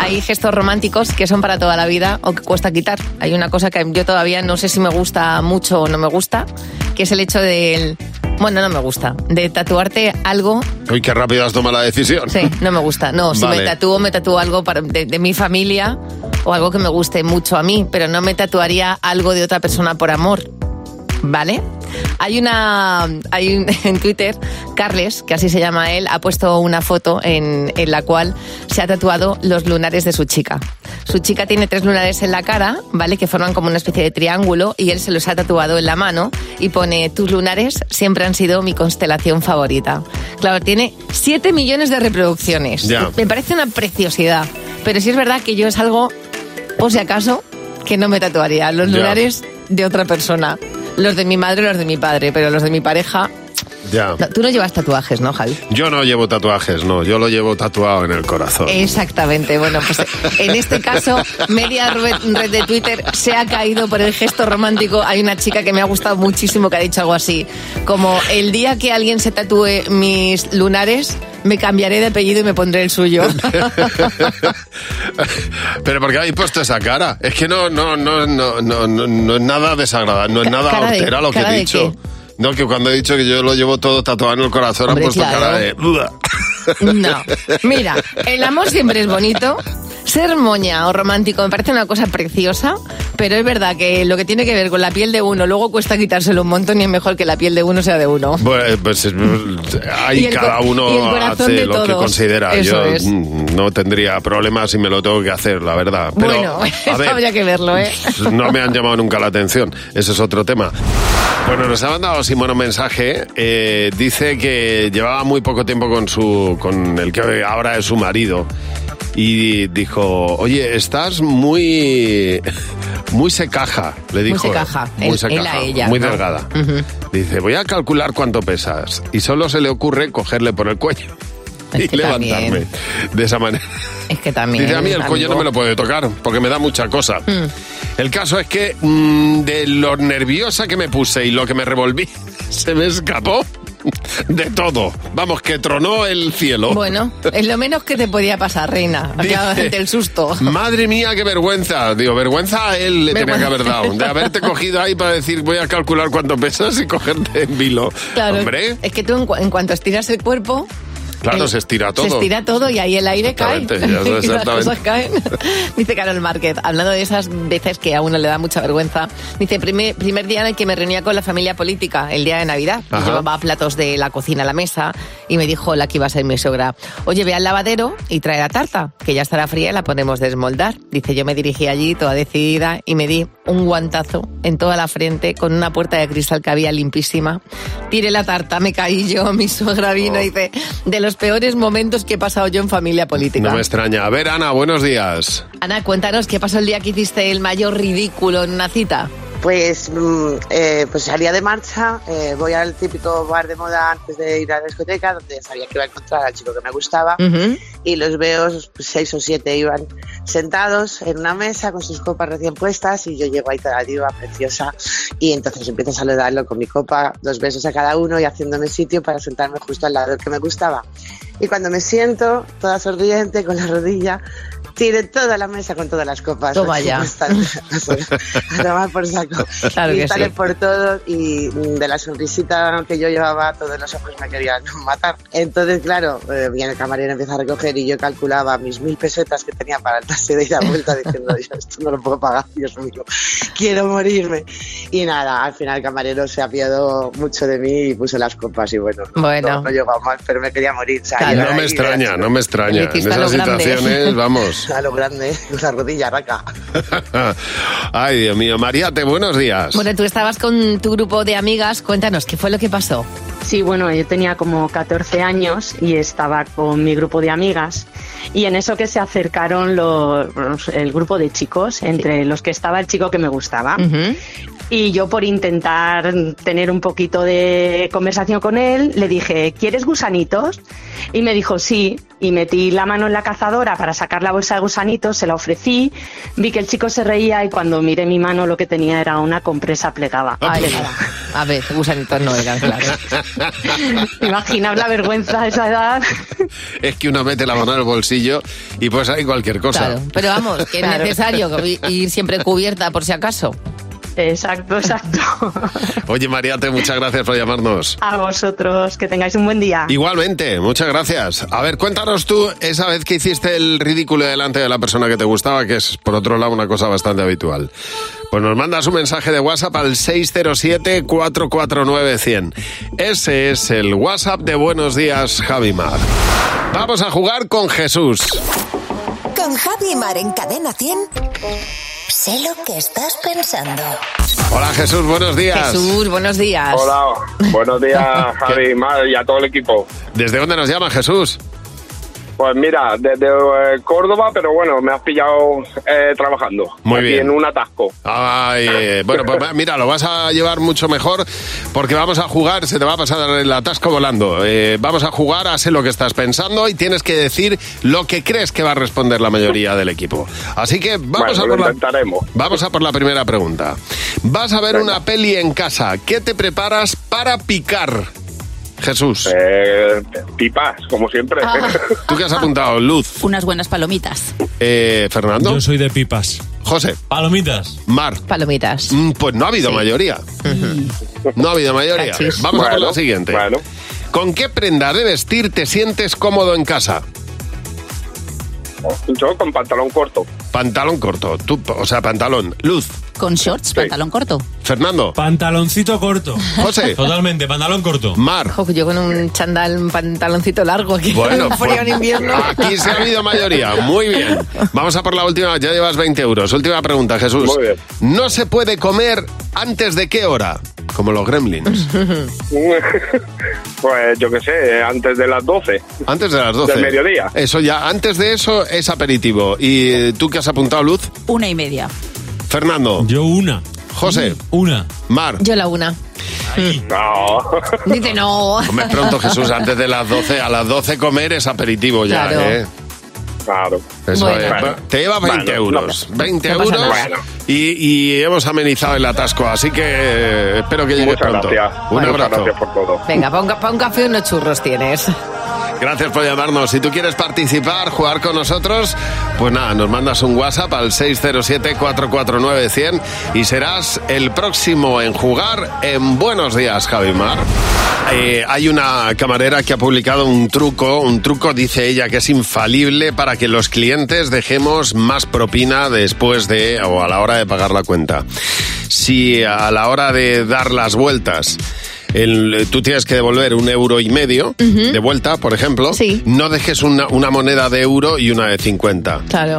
S4: Hay gestos románticos que son para toda la vida o que cuesta quitar. Hay una cosa que yo todavía no sé si me gusta mucho o no me gusta, que es el hecho del... Bueno, no me gusta. De tatuarte algo
S3: Uy, qué rápido has tomado la decisión.
S4: Sí, no me gusta. No, si
S3: Vale.
S4: me tatúo, me tatúo algo para- de, de mi familia o algo que me guste mucho a mí, pero no me tatuaría algo de otra persona por amor. ¿Vale? Hay una. Hay un- en Twitter, Carles, que así se llama él, ha puesto una foto en, en la cual se ha tatuado los lunares de su chica. Su chica tiene tres lunares en la cara, ¿vale? Que forman como una especie de triángulo y él se los ha tatuado en la mano y pone: Tus lunares siempre han sido mi constelación favorita. Claro, tiene 7 millones de reproducciones.
S3: Ya.
S4: Me parece una preciosidad. Pero sí es verdad que yo es algo, por si acaso, que no me tatuaría. Los
S3: Ya.
S4: lunares de otra persona. Los de mi madre, los de mi padre, pero los de mi pareja.
S3: Ya.
S4: No, tú no llevas tatuajes, ¿no, Javi?
S3: Yo no llevo tatuajes, no. Yo lo llevo tatuado en el corazón.
S4: Eh, Exactamente. Bueno, pues en este caso, media red, red de Twitter se ha caído por el gesto romántico. Hay una chica que me ha gustado muchísimo que ha dicho algo así, como el día que alguien se tatúe mis lunares, me cambiaré de apellido y me pondré el suyo.
S3: Pero ¿por qué habéis puesto esa cara? Es que no, no, no, no, no, no, no es nada desagradable, no es nada
S4: cara de-
S3: hortera lo que
S4: cara
S3: he
S4: de
S3: dicho. No, que cuando he dicho que yo lo llevo todo tatuado en el corazón,
S4: Hombre,
S3: han puesto
S4: claro.
S3: cara de.
S4: No. Mira, el amor siempre es bonito. Ser moña o romántico me parece una cosa preciosa, pero es verdad que lo que tiene que ver con la piel de uno luego cuesta quitárselo un montón y es mejor que la piel de uno sea de uno.
S3: Bueno, pues eh,
S4: Y
S3: ahí
S4: el
S3: cada
S4: cor- y el
S3: uno
S4: corazón
S3: hace
S4: de
S3: lo que
S4: todos.
S3: considera.
S4: Eso
S3: Yo
S4: es.
S3: mm, no tendría problemas si me lo tengo que hacer, la verdad. Pero,
S4: bueno,
S3: a
S4: eso
S3: ver,
S4: habría que verlo, ¿eh?
S3: no me han llamado nunca la atención. Ese es otro tema. Bueno, nos ha mandado Simón un mensaje. eh, dice que llevaba muy poco tiempo con su, con el que ahora es su marido. Y dijo, oye, estás muy, muy secaja, le
S4: Muy
S3: dijo.
S4: secaja, él- él a ella,
S3: muy
S4: ¿no?
S3: delgada.
S4: Ujú.
S3: Dice, voy a calcular cuánto pesas. Y solo se le ocurre cogerle por el cuello.
S4: Es
S3: y
S4: que
S3: levantarme.
S4: también.
S3: De esa manera.
S4: Es que también.
S3: Dice, a mí el cuello
S4: amigo. Mm.
S3: no me lo puede tocar porque me da mucha cosa. El caso es que mm, de lo nerviosa que me puse y lo que me revolví, se me escapó de todo. Vamos, que tronó el cielo.
S4: Bueno, es lo menos que te podía pasar, reina, ya
S3: Dice-
S4: del susto.
S3: Madre mía, qué vergüenza. Digo, vergüenza a él le tenía que
S4: Vergüenza.
S3: haber dado. De haberte cogido ahí para decir, voy a calcular cuánto pesas y cogerte en vilo.
S4: Claro,
S3: Hombre,
S4: es que tú en, cu- en cuanto estiras el cuerpo,
S3: claro, se estira todo.
S4: Eh, Se estira todo y ahí el aire cae.
S3: Exactamente, ya,
S4: Y las
S3: exactamente.
S4: cosas caen. Dice Carol Márquez, hablando de esas veces que a uno le da mucha vergüenza, dice, primer, primer día en el que me reunía con la familia política, el día de Navidad, pues
S23: Ajá.
S4: llevaba platos de la cocina a la mesa y me dijo la que iba a ser mi sogra, oye, ve al lavadero y trae la tarta, que ya estará fría y la podemos desmoldar. Dice, yo me dirigí allí toda decidida y me di un guantazo en toda la frente con una puerta de cristal que había limpísima. Tiré la tarta, me caí yo, mi suegra vino
S3: Oh.
S4: y dice, de los peores momentos que he pasado yo en familia política.
S3: No me extraña. A ver, Ana, buenos días.
S4: Ana, cuéntanos qué pasó el día que hiciste el mayor ridículo en una cita.
S23: Pues, mm, eh, pues salía de marcha, eh, voy al típico bar de moda antes de ir a la discoteca, donde sabía que iba a encontrar al chico que me gustaba,
S4: Mm.
S23: y los veo, pues, seis o siete iban sentados en una mesa con sus copas recién puestas, y yo llego ahí toda la diva preciosa, y entonces empiezo a saludarlo con mi copa, dos besos a cada uno y haciéndome sitio para sentarme justo al lado del que me gustaba. Y cuando me siento, toda sonriente, con la rodilla, Tiré toda la mesa con todas las copas.
S4: Toma ya.
S23: Están- a tomar por saco.
S4: Claro que
S23: y sale
S4: sí.
S23: por todo y mm, de la sonrisita que yo llevaba, todos los ojos me querían matar. Entonces, claro, eh, viene el camarero, empieza a recoger y yo calculaba mis mil pesetas que tenía para el taxi de ida y vuelta diciendo, "Dios, esto no lo puedo pagar, Dios mío, quiero morirme. Y nada, al final el camarero se apiadó mucho de mí y puso las copas y bueno, no,
S4: Bueno.
S23: no, no llegó a más, pero me quería morir. o sea, yo
S3: No
S23: era
S3: me
S23: ahí,
S3: extraña,
S23: era
S3: no me extraña. En
S23: Electricista
S3: esas
S23: a lo grande.
S3: situaciones, vamos.
S23: A lo grande, la rodilla raca.
S3: Ay, Dios mío. Mariate, buenos días.
S4: Bueno, tú estabas con tu grupo de amigas. Cuéntanos, ¿qué fue lo que pasó?
S1: Sí, bueno, yo tenía como 14 años y estaba con mi grupo de amigas y en eso que se acercaron los, el grupo de chicos, entre los que estaba el chico que me gustaba. Y yo por intentar tener un poquito de conversación con él, le dije, ¿quieres gusanitos? Y me dijo, sí. Y metí la mano en la cazadora para sacar la bolsa de gusanitos, se la ofrecí, vi que el chico se reía y cuando miré mi mano lo que tenía era una compresa plegada. plegada.
S4: Ah, A ver, gusanitos no eran, claro.
S1: Imaginaos la vergüenza a esa edad.
S3: Es que uno mete la mano en el bolsillo y pues hay cualquier cosa.
S4: Claro, pero vamos, que es
S1: Claro.
S4: necesario i- ir siempre cubierta por si acaso.
S1: Exacto, exacto.
S3: Oye, Mariate, muchas gracias por llamarnos.
S1: A vosotros, que tengáis un buen día.
S3: Igualmente, muchas gracias. A ver, cuéntanos tú esa vez que hiciste el ridículo delante de la persona que te gustaba, que es por otro lado una cosa bastante habitual. Pues nos mandas un mensaje de WhatsApp al 607-449-100. Ese es el WhatsApp de Buenos Días, Javi Mar. Vamos a jugar con Jesús.
S5: Con Javi y Mar en Cadena 100. Sé lo que estás pensando.
S3: Hola Jesús, buenos días.
S4: Jesús, buenos días.
S21: Hola, buenos días Javi, Mar y a todo el equipo.
S3: ¿Desde dónde nos llama Jesús?
S21: Pues mira, desde eh, Córdoba, pero bueno, me has pillado eh, trabajando.
S3: Muy
S21: Aquí
S3: bien.
S21: en un atasco.
S3: Ay, eh, bueno, pues va- mira, lo vas a llevar mucho mejor porque vamos a jugar, se te va a pasar el atasco volando. Eh, vamos a jugar a sé lo que estás pensando y tienes que decir lo que crees que va a responder la mayoría del equipo. Así que vamos,
S21: Bueno,
S3: a,
S21: lo
S3: por la,
S21: intentaremos.
S3: vamos a por la primera pregunta. Vas a ver una peli en casa. ¿Qué te preparas para picar? Jesús.
S21: Eh, pipas, como siempre.
S3: ¿Tú qué has apuntado? Luz.
S24: Unas buenas palomitas.
S3: Eh, Fernando. Yo
S6: soy de pipas.
S3: José.
S6: Palomitas.
S3: Mar.
S4: Palomitas.
S3: Mm, Pues no ha habido
S4: Sí.
S3: mayoría. No ha habido mayoría.
S4: Cachis.
S3: Vamos a por la
S21: Bueno,
S3: siguiente. ¿Con qué prenda de vestir te sientes cómodo en casa?
S21: Yo con pantalón corto.
S3: Pantalón corto. Tú, o sea, pantalón. Luz.
S24: Con shorts, pantalón corto.
S3: Fernando.
S6: Pantaloncito corto.
S3: José.
S6: Totalmente, pantalón corto.
S3: Mar.
S4: Jo, yo con un chandal, un pantaloncito largo aquí.
S3: Bueno,
S4: con frío en
S3: pues,
S4: invierno.
S3: Aquí se ha habido mayoría. Muy bien. Vamos a por la última. Ya llevas 20 euros. Última pregunta, Jesús.
S21: Muy bien.
S3: ¿No se puede comer antes de qué hora? Como los gremlins.
S21: pues yo qué sé, antes de las 12.
S3: Antes de las 12.
S21: Del mediodía.
S3: Eso ya. Antes de eso es aperitivo. ¿Y eh, tú qué has apuntado, Luz?
S24: Una y media.
S3: Fernando.
S6: Yo una.
S3: José.
S6: Una.
S3: Mar.
S4: Yo la una.
S21: No.
S24: Mm.
S4: Dice no.
S3: Hombre, pronto, Jesús, antes de las 12. A las 12 comer es aperitivo ya,
S4: Claro.
S3: ¿eh?
S21: Claro.
S3: Eso
S21: Bueno.
S3: es.
S21: Bueno.
S3: Te lleva 20
S21: Bueno,
S3: euros.
S21: no.
S3: 20
S21: No pasa
S3: euros.
S21: nada. Bueno.
S3: Y, y hemos amenizado el atasco, así que eh, espero que llegues
S21: Muchas
S3: pronto.
S21: gracias.
S3: Un
S21: Muchas
S3: abrazo.
S21: gracias por todo.
S4: Venga, para un, ca- pa' un café unos churros tienes.
S3: Gracias por llamarnos. Si tú quieres participar, jugar con nosotros, pues nada, nos mandas un WhatsApp al 607-449-100 y serás el próximo en jugar en Buenos Días, Javimar. Eh, hay una camarera que ha publicado un truco, un truco dice ella que es infalible para que los clientes dejemos más propina después de o a la hora de pagar la cuenta. Si a la hora de dar las vueltas el- eh, tú tienes que devolver un euro y medio de vuelta, por ejemplo, no dejes una, una moneda de euro y una de 50.
S4: Claro.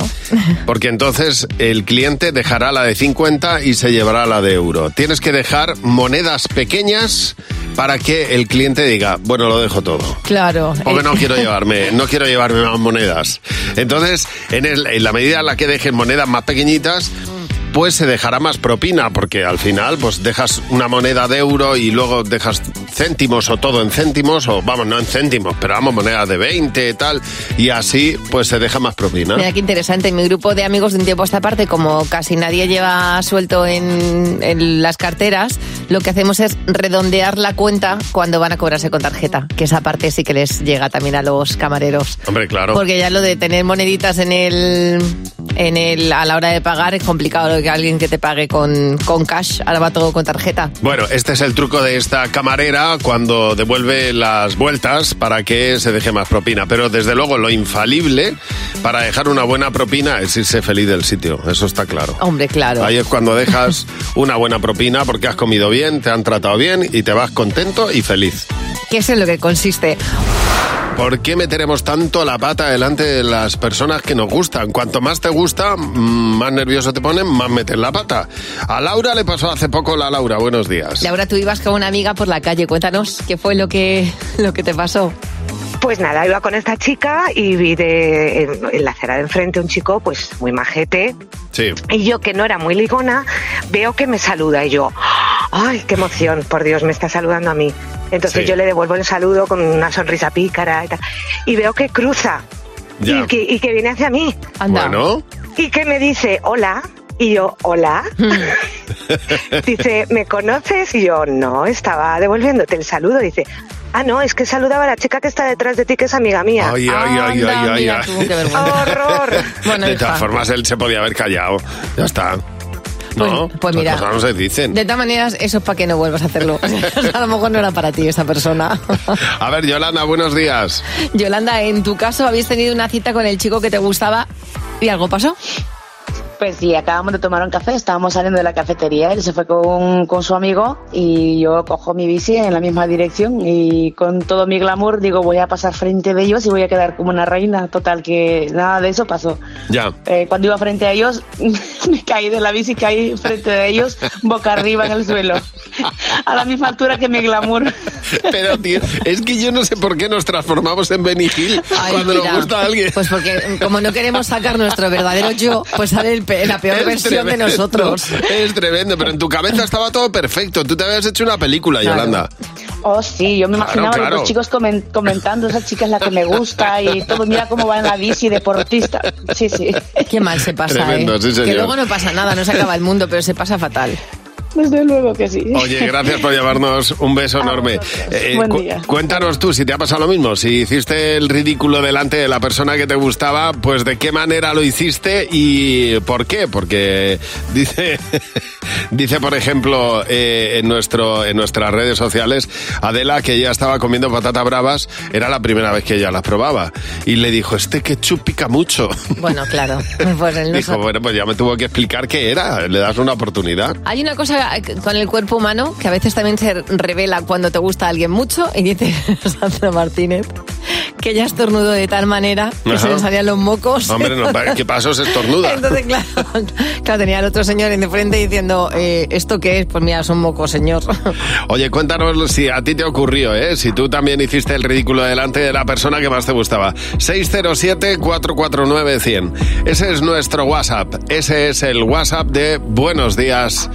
S3: Porque entonces el cliente dejará la de 50 y se llevará la de euro. Tienes que dejar monedas pequeñas para que el cliente diga, bueno, lo dejo todo.
S4: Claro.
S3: Porque no quiero llevarme, no quiero llevarme más monedas. Entonces, en, el- en la medida en la que dejes monedas más pequeñitas, pues se dejará más propina, porque al final pues dejas una moneda de euro y luego dejas céntimos o todo en céntimos, o vamos, no en céntimos, pero vamos, monedas de 20 y tal, y así pues se deja más propina.
S4: Mira qué interesante. Mi grupo de amigos de un tiempo a esta parte, como casi nadie lleva suelto en, en las carteras, lo que hacemos es redondear la cuenta cuando van a cobrarse con tarjeta, que esa parte sí que les llega también a los camareros.
S3: Hombre, claro.
S4: Porque ya lo de tener moneditas en el, en el, a la hora de pagar es complicado lo que alguien que te pague con, con cash, ahora va todo con tarjeta.
S3: Bueno, este es el truco de esta camarera cuando devuelve las vueltas para que se deje más propina. Pero desde luego lo infalible para dejar una buena propina es irse feliz del sitio, eso está claro.
S4: Hombre, claro.
S3: Ahí es cuando dejas una buena propina porque has comido bien, te han tratado bien y te vas contento y feliz.
S4: ¿Qué es en lo que consiste?
S3: ¿Por qué meteremos tanto la pata delante de las personas que nos gustan? Cuanto más te gusta, mm, más nervioso te ponen, más metes la pata. A Laura le pasó hace poco la Laura, buenos días.
S4: Laura, tú ibas con una amiga por la calle. Cuéntanos qué fue lo que, lo que te pasó.
S7: Pues nada, iba con esta chica y vi de, en, en la acera de enfrente un chico, pues muy majete.
S3: Sí.
S7: Y yo, que no era muy ligona, veo que me saluda y yo, ¡ay, qué emoción! Por Dios, me está saludando a mí. Entonces
S3: Sí.
S7: yo le devuelvo el saludo con una sonrisa pícara y tal. Y veo que cruza
S3: Ya.
S7: y que, y que viene hacia mí.
S3: Bueno,
S7: Y que me dice, hola. Y yo, hola. dice, ¿me conoces? Y yo, no, estaba devolviéndote el saludo. Dice, ah, no, es que saludaba a la chica que está detrás de ti, que es amiga mía.
S3: Ay, ay, ay, ay, ay, ay.
S7: ¡Horror!
S3: de todas formas, él se podía haber callado. Ya está. No,
S4: Pues, pues mira.
S3: las cosas no se dicen.
S4: De todas maneras, eso es para que no vuelvas a hacerlo. a lo mejor no era para ti esa persona.
S3: A ver, Yolanda, buenos días.
S4: Yolanda, en tu caso, habéis tenido una cita con el chico que te gustaba y algo pasó.
S9: Pues sí, acabamos de tomar un café, estábamos saliendo de la cafetería, él se fue con, con su amigo y yo cojo mi bici en la misma dirección y con todo mi glamour digo voy a pasar frente de ellos y voy a quedar como una reina, total que nada de eso pasó.
S3: Ya.
S9: Eh, cuando iba frente a ellos me caí de la bici, caí frente de ellos boca arriba en el suelo, a la misma altura que mi glamour.
S3: Pero, tío, es que yo no sé por qué nos transformamos en Benny Hill
S9: Ay,
S3: cuando
S9: mira.
S3: nos gusta a alguien.
S4: Pues porque como no queremos sacar nuestro verdadero yo, pues sale el pe- la peor
S3: Es
S4: versión
S3: tremendo,
S4: de nosotros.
S3: Es tremendo, pero en tu cabeza estaba todo perfecto. Tú te habías hecho una película,
S9: Claro.
S3: Yolanda.
S9: Oh, sí, yo me
S3: Claro,
S9: imaginaba
S3: claro.
S9: a los chicos comen- comentando, esa chica es la que me gusta y todo, mira cómo va en la bici, deportista. Sí, sí.
S4: Qué mal se pasa,
S3: Tremendo,
S4: ¿eh?
S3: sí, señor.
S4: Que luego no pasa nada, no se acaba el mundo, pero se pasa fatal.
S9: Desde luego que sí.
S3: Oye, gracias por llamarnos. Un beso enorme. Eh,
S9: Buen
S3: cu-
S9: día.
S3: Cuéntanos tú si te ha pasado lo mismo. Si hiciste el ridículo delante de la persona que te gustaba, pues de qué manera lo hiciste y por qué. Porque dice, dice por ejemplo, eh, en, nuestro, en nuestras redes sociales, Adela, que ella estaba comiendo patatas bravas, era la primera vez que ella las probaba. Y le dijo, este ketchup pica mucho.
S4: Bueno, claro. Pues el no
S3: Dijo,
S4: sabe.
S3: bueno, pues ya me tuvo que explicar qué era. Le das una oportunidad.
S4: Hay una cosa con el cuerpo humano que a veces también se revela cuando te gusta alguien mucho y dice Sandra Martínez que ya estornudo de tal manera que se
S3: Ajá.
S4: le salían los mocos.
S3: Hombre, no, ¿qué pasó? Se estornuda.
S4: Entonces, claro, claro, tenía al otro señor en de frente diciendo, eh, ¿esto qué es? Pues mira, son mocos, señor.
S3: Oye, cuéntanos si a ti te ocurrió, ¿eh? Si tú también hiciste el ridículo delante de la persona que más te gustaba. 607-449-100. Ese es nuestro WhatsApp. Ese es el WhatsApp de Buenos Días,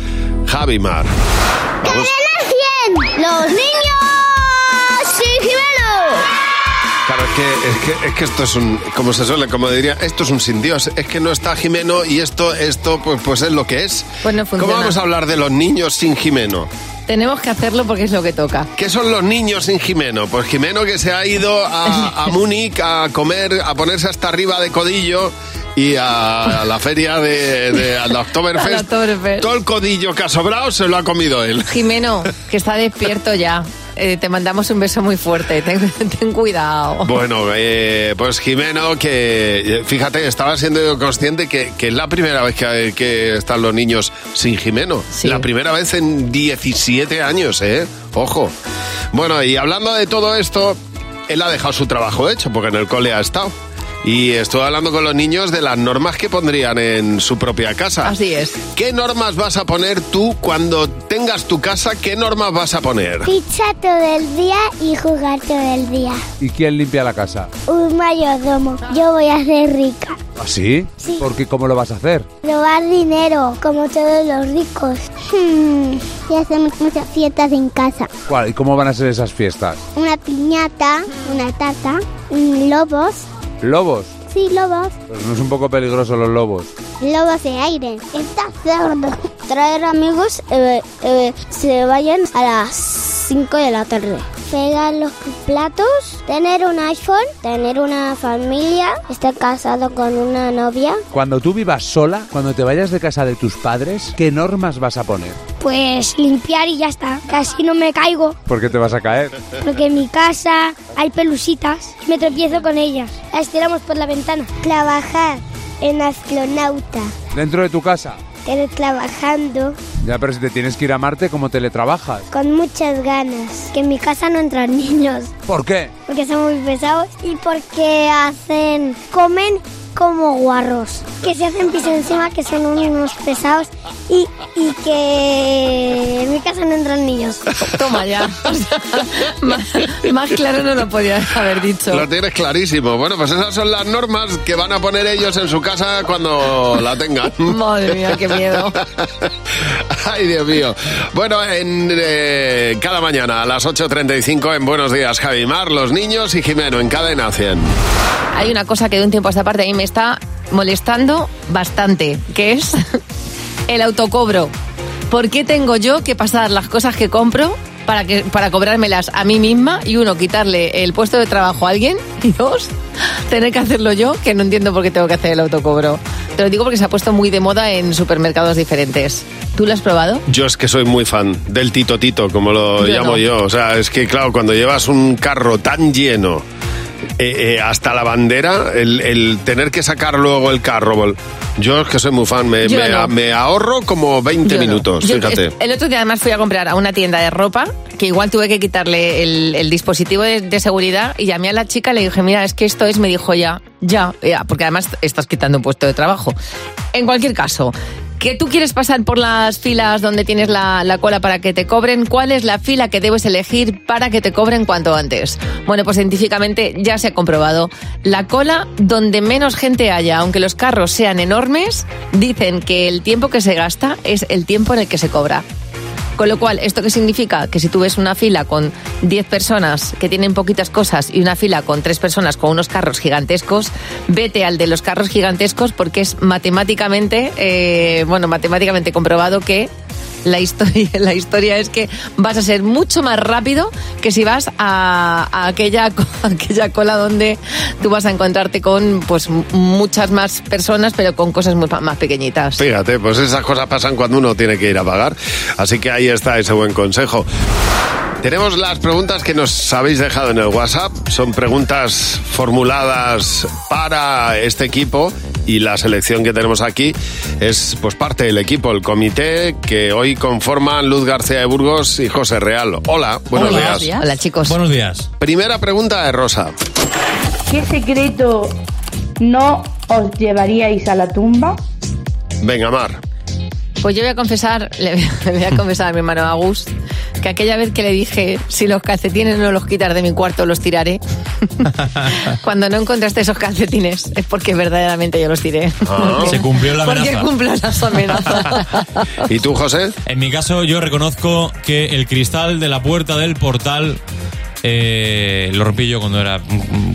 S3: Javimar. Vamos,
S10: ¡Los niños! ¡Sí,
S3: claro, es que, es, que, es que esto es un, como se suele, como diría, esto es un sin Dios. Es que no está Jimeno y esto, esto pues, pues es lo que es.
S4: Pues no
S3: ¿Cómo
S4: funciona.
S3: vamos a hablar de los niños sin Jimeno?
S4: Tenemos que hacerlo porque es lo que toca.
S3: ¿Qué son los niños sin Jimeno? Pues Jimeno que se ha ido a, a Múnich a comer, a ponerse hasta arriba de codillo y a la feria de, de al
S4: Al
S3: Oktoberfest.
S4: Oktoberfest.
S3: Todo el codillo que ha sobrado se lo ha comido él.
S4: Jimeno, que está despierto ya. Eh, te mandamos un beso muy fuerte. Ten, ten cuidado.
S3: Bueno, eh, pues Jimeno, que eh, fíjate, estaba siendo consciente que, que es la primera vez que, que están los niños sin Jimeno. La primera vez en 17 años, ¿eh? Ojo. Bueno, y hablando de todo esto, él ha dejado su trabajo hecho porque en el cole ha estado. Y estoy hablando con los niños de las normas que pondrían en su propia casa.
S4: Así es.
S3: ¿Qué normas vas a poner tú cuando tengas tu casa? ¿Qué normas vas a poner?
S10: Pizza todo el día y jugar todo el día.
S11: ¿Y quién limpia la casa?
S10: Un mayordomo. Yo voy a ser rica.
S11: ¿Así?
S10: Sí.
S11: Porque ¿cómo lo vas a hacer?
S10: Robar dinero, como todos los ricos. Hmm, Y hacemos muchas fiestas en casa.
S11: ¿Cuál? ¿Y cómo van a ser esas fiestas?
S10: Una piñata, una tarta, mm, lobos.
S11: ¿Lobos?
S10: Sí, lobos.
S11: Pues no es un poco peligroso los lobos.
S10: Lobos de aire. Está cerdo. Traer amigos eh, eh, se vayan a las 5 de la tarde. Pegar los platos, tener un iPhone, tener una familia, estar casado con una novia.
S11: Cuando tú vivas sola, cuando te vayas de casa de tus padres, ¿qué normas vas a poner?
S10: Pues limpiar y ya está. Casi no me caigo.
S11: ¿Por qué te vas a caer?
S10: Porque en mi casa hay pelusitas. Me tropiezo con ellas. Las tiramos por la ventana. Trabajar en astronauta.
S11: Dentro de tu casa.
S10: trabajando
S11: Ya, pero si te tienes que ir a Marte, ¿cómo teletrabajas?
S10: con muchas ganas. Que en mi casa no entran niños.
S11: ¿Por qué?
S10: Porque son muy pesados. Y porque hacen... Comen como guarros. Que se hacen piso encima, que son unos pesados. Y, y que en mi casa no entran niños.
S4: Toma ya. más, más claro no lo podías haber dicho.
S3: Lo tienes clarísimo. Bueno, pues esas son las normas que van a poner ellos en su casa cuando la tengan.
S4: Madre mía, qué miedo.
S3: Ay, Dios mío. Bueno, en, eh, cada mañana a las 8.35 en Buenos Días, Javi Mar, los niños y Jimeno en Cadena 100.
S4: Hay una cosa que de un tiempo a esta parte a mí me está molestando bastante, que es el autocobro. ¿Por qué tengo yo que pasar las cosas que compro para, que, para cobrármelas a mí misma y uno, quitarle el puesto de trabajo a alguien y dos, tener que hacerlo yo, que no entiendo por qué tengo que hacer el autocobro? Te lo digo porque se ha puesto muy de moda en supermercados diferentes. ¿Tú lo has probado?
S3: Yo es que soy muy fan del Tito Tito, como lo
S4: Yo
S3: llamo
S4: no.
S3: yo. O sea, es que claro, cuando llevas un carro tan lleno eh, eh, hasta la bandera, el, el tener que sacar luego el carro, bol- yo es que soy muy fan, me,
S4: Yo
S3: me-
S4: no.
S3: me ahorro como 20
S4: Yo no.
S3: minutos,
S4: Yo
S3: fíjate.
S4: es- El otro día además fui a comprar a una tienda de ropa que igual tuve que quitarle el, el dispositivo de, de seguridad y llamé a la chica y le dije, mira, es que esto es, me dijo ya, ya, ya, porque además estás quitando un puesto de trabajo. En cualquier caso, que tú quieres pasar por las filas donde tienes la, la cola para que te cobren, ¿cuál es la fila que debes elegir para que te cobren cuanto antes? Bueno, pues científicamente ya se ha comprobado. La cola donde menos gente haya, aunque los carros sean enormes, dicen que el tiempo que se gasta es el tiempo en el que se cobra. Con lo cual, ¿esto qué significa? Que si tú ves una fila con 10 personas que tienen poquitas cosas y una fila con 3 personas con unos carros gigantescos, vete al de los carros gigantescos porque es matemáticamente, eh, bueno, matemáticamente comprobado que la historia, la historia es que vas a ser mucho más rápido que si vas a, a aquella, co- aquella cola donde tú vas a encontrarte con pues m- muchas más personas pero con cosas muy pa- más pequeñitas.
S3: Fíjate, pues esas cosas pasan cuando uno tiene que ir a pagar. Así que ahí está ese buen consejo. Tenemos las preguntas que nos habéis dejado en el WhatsApp. Son preguntas formuladas para este equipo y la selección que tenemos aquí es pues parte del equipo, el comité que hoy conforman Luz García de Burgos y José Real. Hola, buenos días.
S4: Hola chicos.
S6: Buenos días.
S3: Primera pregunta de Rosa.
S12: ¿Qué secreto no os llevaríais a la tumba?
S3: Venga, Mar.
S4: Pues yo voy a confesar, le voy a- le voy a confesar a mi hermano Agus, que aquella vez que le dije, si los calcetines no los quitas de mi cuarto, los tiraré. Cuando no encontraste esos calcetines, es porque verdaderamente yo los tiré.
S6: Ah. Se cumplió la
S4: Porque
S6: amenaza.
S4: cumplo las amenazas.
S3: ¿Y tú, José?
S6: En mi caso, yo reconozco que el cristal de la puerta del portal eh, lo rompí yo cuando era,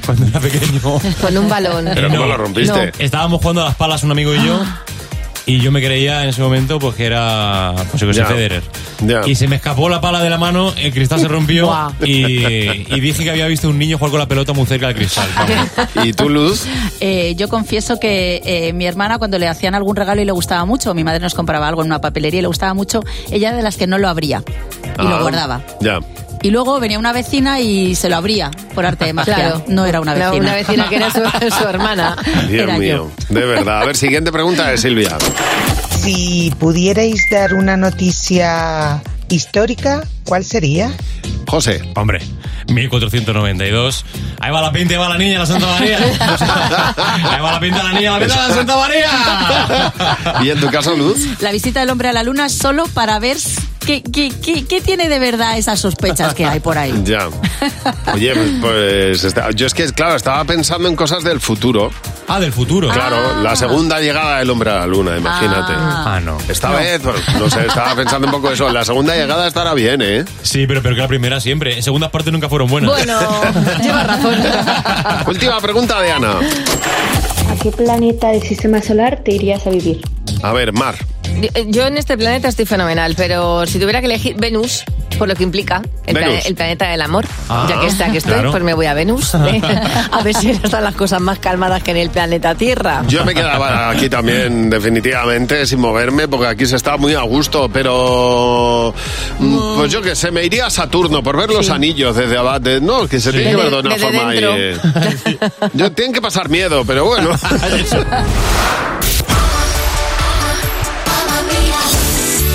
S6: cuando era pequeño.
S4: Con un balón.
S3: Pero ¿cómo lo rompiste? Ah. No.
S6: Estábamos jugando a las palas un amigo y yo. Y yo me creía en ese momento pues que era pues, José José
S3: Ya.
S6: Federer.
S3: Ya.
S6: Y se me escapó la pala de la mano, el cristal se rompió
S4: Guau.
S6: y, y dije que había visto un niño jugar con la pelota muy cerca del cristal.
S3: ¿Y tú, Luz?
S24: Eh, yo confieso que eh, mi hermana cuando le hacían algún regalo y le gustaba mucho, mi madre nos compraba algo en una papelería y le gustaba mucho, ella era de las que no lo abría y
S3: Ah,
S24: lo guardaba.
S3: Ya.
S24: Y luego venía una vecina y se lo abría por arte de magia.
S4: Claro.
S24: No era una
S4: No,
S24: vecina.
S4: una vecina que era su- su hermana.
S3: Dios
S24: Era yo.
S3: mío. De verdad. A ver, siguiente pregunta de Silvia.
S13: Si pudierais dar una noticia histórica, ¿cuál sería?
S3: José.
S6: Hombre, 1492. Ahí va la pinta, ahí va la niña, la Santa María. ahí va la pinta, la niña, la pinta, la Santa María.
S3: ¿Y en tu caso, Luz?
S24: La visita del hombre a la luna solo para ver ¿Qué, qué, qué, qué tiene de verdad esas sospechas que hay por ahí?
S3: Ya. Oye, pues, pues, está- yo es que, claro, estaba pensando en cosas del futuro.
S6: Ah, del futuro.
S3: Claro, la segunda llegada del hombre a la luna, imagínate.
S6: Ah. Ah, no.
S3: Esta
S6: No.
S3: vez, pues, no sé, estaba pensando un poco eso. La segunda llegada estará bien, ¿eh?
S6: Sí, pero peor que la primera siempre. Segundas partes nunca fueron buenas.
S24: lleva razón.
S3: Última pregunta de Ana.
S12: ¿A qué planeta del sistema solar te irías a vivir?
S3: A ver, Mar.
S4: Yo- Yo en este planeta estoy fenomenal, pero si tuviera que elegir Venus, por lo que implica el,
S3: Venus.
S4: plane- el planeta del amor,
S3: Ah,
S4: ya que está que estoy,
S3: claro.
S4: pues me voy a Venus. a ver si están las cosas más calmadas que en el planeta Tierra.
S3: Yo me quedaba aquí también, definitivamente, sin moverme, porque aquí se está muy a gusto, pero. mm, Pues yo qué sé, me iría a Saturno por ver los anillos desde abajo. de- no, que se tiene que ver de una
S14: Desde-
S3: forma ahí.
S14: desde
S3: eh. Yo, tienen que pasar miedo, pero bueno.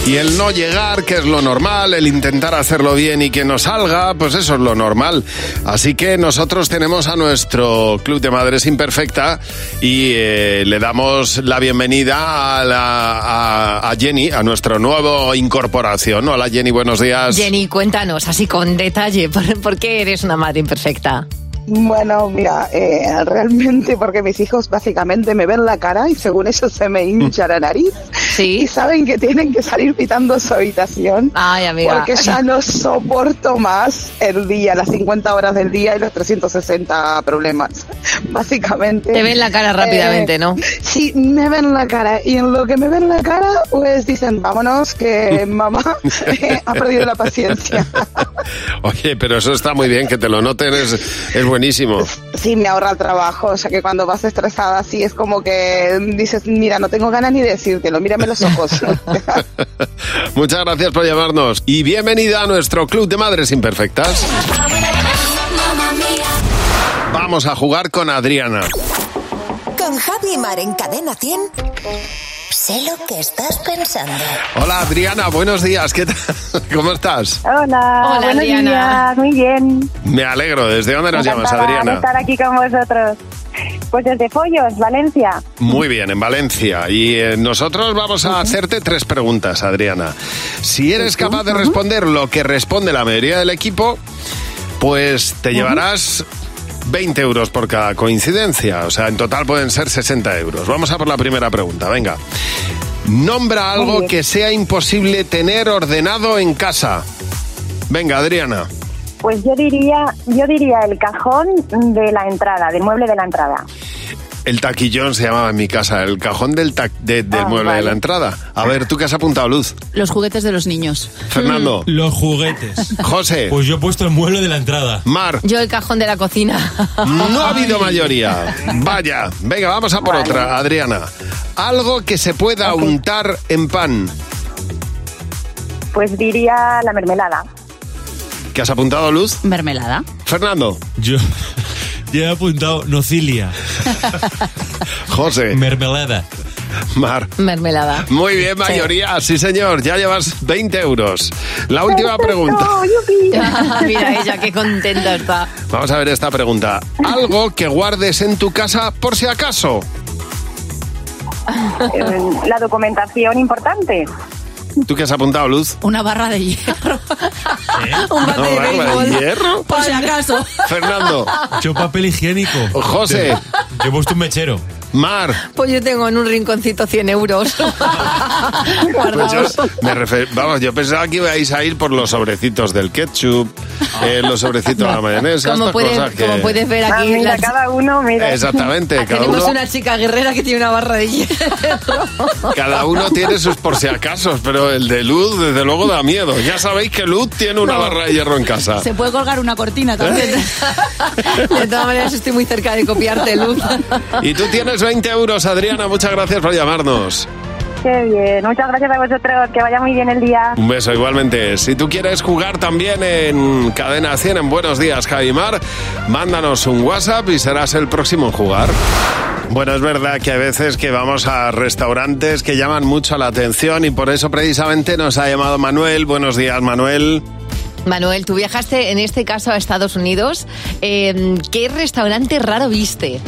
S3: Y el no llegar, que es lo normal, el intentar hacerlo bien y que no salga, pues eso es lo normal. Así que nosotros tenemos a nuestro Club de Madres Imperfecta y eh, le damos la bienvenida a, la- a- a Jenny, a nuestro nuevo incorporación. Hola Jenny, buenos días.
S4: Jenny, cuéntanos así con detalle, ¿por, por qué eres una madre imperfecta?
S15: Bueno, mira, eh, realmente porque mis hijos básicamente me ven la cara y según ellos se me hincha la nariz y saben que tienen que salir pitando a su habitación
S4: amiga.
S15: porque ya no soporto más el día, las 50 horas del día y los 360 problemas, básicamente. eh,
S4: Te ven la cara rápidamente, ¿no?
S15: Sí, me ven la cara y en lo que me ven la cara pues dicen, vámonos que mamá eh, ha perdido la paciencia.
S3: Oye, pero eso está muy bien, que te lo noten es, es buenísimo.
S15: Sí, me ahorra el trabajo, o sea que cuando vas estresada así es como que dices, mira, no tengo ganas ni de decírtelo, mírame los ojos.
S3: Muchas gracias por llamarnos y bienvenida a nuestro Club de Madres Imperfectas. Vamos a jugar con Adriana.
S5: Con Javi y Mar en Cadena 100. Sé lo que estás pensando.
S3: Hola Adriana, buenos días, ¿qué tal? ¿Cómo estás?
S16: Hola,
S5: Hola,
S16: buenos
S5: Adriana.
S16: días, muy bien.
S3: Me alegro, ¿desde dónde nos llamas
S16: Encantada de
S3: Adriana?
S16: estar aquí con vosotros. Pues desde Follos, Valencia.
S3: Muy bien, en Valencia. Y eh, nosotros vamos a hacerte tres preguntas, Adriana. Si eres capaz de responder lo que responde la mayoría del equipo, pues te llevarás 20 euros por cada coincidencia. O sea, en total pueden ser 60 euros. Vamos a por la primera pregunta, venga. Nombra algo que sea imposible tener ordenado en casa. Venga, Adriana.
S16: Pues yo diría, yo diría el cajón de la entrada, del mueble de la entrada.
S3: El taquillón se llamaba en mi casa, el cajón del, ta- de- del mueble de la entrada. A ver, ¿tú qué has apuntado, Luz?
S24: Los juguetes de los niños.
S3: Fernando.
S6: Mm, Los juguetes.
S3: José.
S6: Pues yo he puesto el mueble de la entrada.
S3: Mar.
S4: Yo el cajón de la cocina.
S3: No ha habido mayoría. Vaya. Venga, vamos a por otra, Adriana. Algo que se pueda untar en pan.
S16: Pues diría la mermelada.
S3: ¿Qué has apuntado, Luz?
S24: Mermelada.
S3: Fernando.
S6: Yo, yo he apuntado nocilia.
S3: José.
S6: Mermelada.
S3: Mar.
S4: Mermelada.
S3: Muy bien, mayoría. Sí, señor. Ya llevas 20 euros. La última pregunta.
S4: Ah, Mira ella, qué contenta está.
S3: Vamos a ver esta pregunta. Algo que guardes en tu casa por si acaso.
S16: Eh, la documentación importante.
S3: ¿Tú qué has apuntado, Luz?
S24: Una barra de hierro. Un bate
S3: No,
S24: de
S3: barra de
S24: béisbol.
S3: hierro.
S24: Por si acaso.
S3: Fernando.
S6: Yo papel higiénico.
S3: José.
S6: Yo he puesto un mechero.
S3: Mar.
S4: Pues yo tengo en un rinconcito 100 euros.
S3: Pues
S4: Guardados.
S3: yo, me refer- Vamos, yo pensaba que ibais a ir por los sobrecitos del ketchup, eh, los sobrecitos de la mayonesa,
S4: Como
S3: estas cosas
S4: puedes,
S3: que...
S4: como puedes ver aquí.
S16: Ah, mira, cada uno, mira.
S3: Exactamente, cada
S4: Tenemos
S3: uno,
S4: una chica guerrera que tiene una barra de hierro.
S3: cada uno tiene sus por si acasos, pero el de Luz desde luego da miedo. Ya sabéis que Luz tiene una barra de hierro en casa.
S24: Se puede colgar una cortina también.
S4: De todas maneras, estoy muy cerca de copiarte, Luz.
S3: Y tú tienes 20 euros, Adriana, muchas gracias por llamarnos.
S16: Qué bien. Muchas gracias a vosotros. Que vaya muy bien el día.
S3: Un beso igualmente. Si tú quieres jugar también en Cadena 100 en Buenos Días, Javimar, mándanos un WhatsApp y serás el próximo en jugar. Bueno, es verdad que a veces que vamos a restaurantes que llaman mucho la atención y por eso precisamente nos ha llamado Manuel. Buenos días, Manuel.
S4: Manuel, tú viajaste en este caso a Estados Unidos. Eh, ¿Qué restaurante raro viste?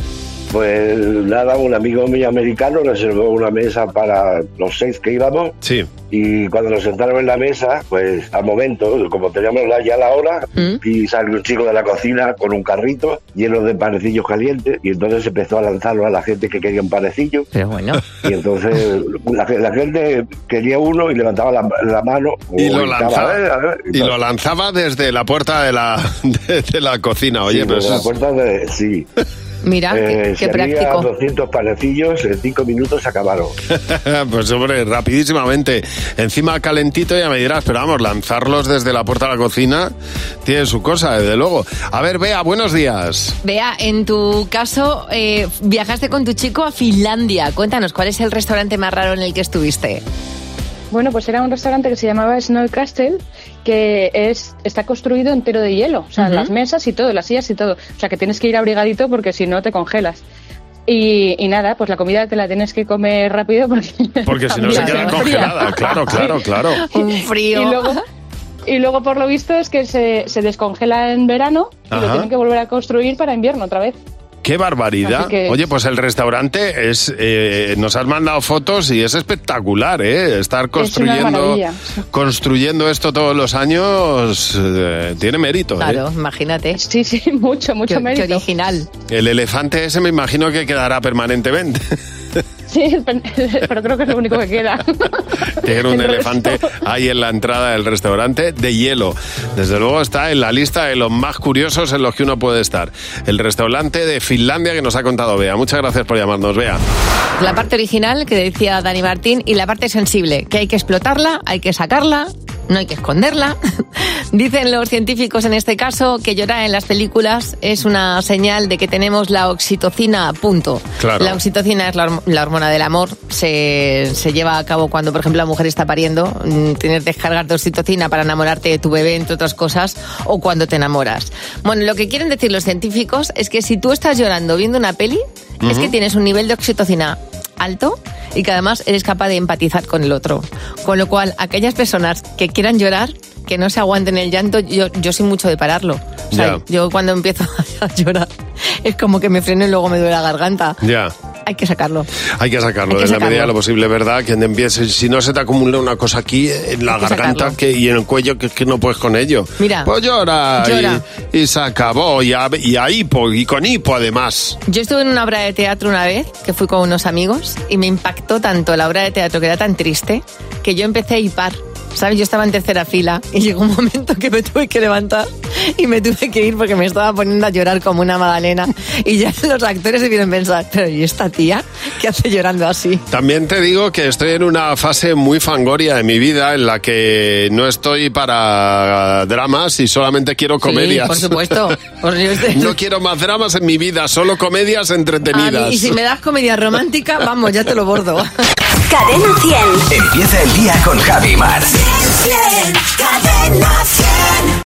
S14: Pues nada, un amigo mío americano reservó una mesa para los seis que íbamos.
S3: Sí.
S14: Y cuando nos sentaron en la mesa, pues al momento, como teníamos la- ya la hora, y salió un chico de la cocina con un carrito lleno de panecillos calientes y entonces empezó a lanzarlo a la gente que quería un panecillo.
S4: Pero bueno.
S14: Y entonces la, ge- la gente quería uno y levantaba la, la mano.
S3: Y
S14: o gritaba,
S3: lo,
S14: "Eh,
S3: lanzaba,
S14: "A ver, a ver".
S3: y lo lanzaba desde la puerta de la, de, de la cocina. Oye,
S14: Sí,
S3: pero
S14: desde
S3: eso
S14: la
S3: es-
S14: puerta de... Sí.
S4: Mira,
S14: Eh,
S4: qué,
S14: si
S4: qué
S14: había
S4: práctico.
S14: 200 panecillos, en 5 minutos se acabaron.
S3: pues hombre, rapidísimamente. Encima calentito ya me dirás, pero vamos, lanzarlos desde la puerta de la cocina tiene su cosa, desde luego. A ver, Bea, buenos días.
S4: Vea, en tu caso, eh, viajaste con tu chico a Finlandia. Cuéntanos, ¿cuál es el restaurante más raro en el que estuviste?
S17: Bueno, pues era un restaurante que se llamaba Snow Castle, que es está construido entero de hielo, o sea,
S4: Ujú.
S17: las mesas y todo, las sillas y todo. O sea, que tienes que ir abrigadito porque si no te congelas. Y, y nada, pues la comida te la tienes que comer rápido porque...
S3: Porque si no se
S17: Mira,
S3: queda
S17: se va
S3: congelada.
S17: fría.
S3: Claro, claro, claro.
S4: Un frío.
S17: Y luego, y luego, por lo visto, es que se, se descongela en verano y
S3: Ajá.
S17: lo tienen que volver a construir para invierno otra vez.
S3: Qué barbaridad.
S17: Así que-
S3: Oye, pues el restaurante es, eh, nos has mandado fotos y es espectacular, ¿eh? Estar construyendo,
S4: maravilla.
S3: construyendo esto todos los años eh, tiene mérito. ¿eh?
S4: Claro, imagínate.
S17: Sí, sí, mucho, mucho
S4: mérito. Qué original.
S3: El elefante ese me imagino que quedará permanentemente.
S17: Sí, pero creo que es lo único que queda.
S3: Tener un elefante ahí en la entrada del restaurante de hielo. Desde luego está en la lista de los más curiosos en los que uno puede estar. El restaurante de Finlandia que nos ha contado Bea. Muchas gracias por llamarnos, Bea.
S4: La parte original que decía Dani Martín y la parte sensible, que hay que explotarla, hay que sacarla, no hay que esconderla. Dicen los científicos en este caso que llorar en las películas es una señal de que tenemos la oxitocina a punto.
S18: Claro.
S4: La oxitocina es la, horm- la hormona del amor, se, se lleva a cabo cuando, por ejemplo, la mujer está pariendo, mm, tienes que descargar de oxitocina para enamorarte de tu bebé, entre otras cosas, o cuando te enamoras. Bueno, lo que quieren decir los científicos es que si tú estás llorando viendo una peli, es
S18: Ujú.
S4: que tienes un nivel de oxitocina alto y que además eres capaz de empatizar con el otro. Con lo cual, aquellas personas que quieran llorar, que no se aguanten el llanto, yo, yo soy mucho de pararlo. O sea,
S3: Ya.
S4: yo cuando empiezo a llorar, es como que me freno y luego me duele la garganta.
S3: Ya.
S4: Hay que sacarlo.
S3: Hay que sacarlo,
S4: Hay que
S3: en la
S4: sacarlo.
S3: medida de lo posible, ¿verdad? Que empieces, si no se te acumula una cosa aquí eh, en la
S4: Hay que
S3: garganta
S4: sacarlo.
S3: que, y en el cuello que, que no puedes con ello.
S4: Mira.
S3: Pues llora. y-
S4: Llora.
S3: Y, se acabó. Y a, y a hipo, y con hipo además.
S4: Yo estuve en una obra de teatro una vez, que fui con unos amigos, y me impactó tanto la obra de teatro, que era tan triste, que yo empecé a hipar. ¿Sabes? Yo estaba en tercera fila y llegó un momento que me tuve que levantar y me tuve que ir porque me estaba poniendo a llorar como una magdalena. Y ya los actores debieron pensar, pero ¿y esta tía qué hace llorando así?
S3: También te digo que estoy en una fase muy fangoria de mi vida en la que no estoy para dramas y solamente quiero comedias.
S4: Sí, por supuesto.
S3: no quiero más dramas en mi vida, solo comedias entretenidas.
S4: A mí- y si me das comedia romántica, vamos, ya te lo bordo.
S5: Cadena 100.
S19: Empieza el día con Javi Mar.
S5: Cadena 100.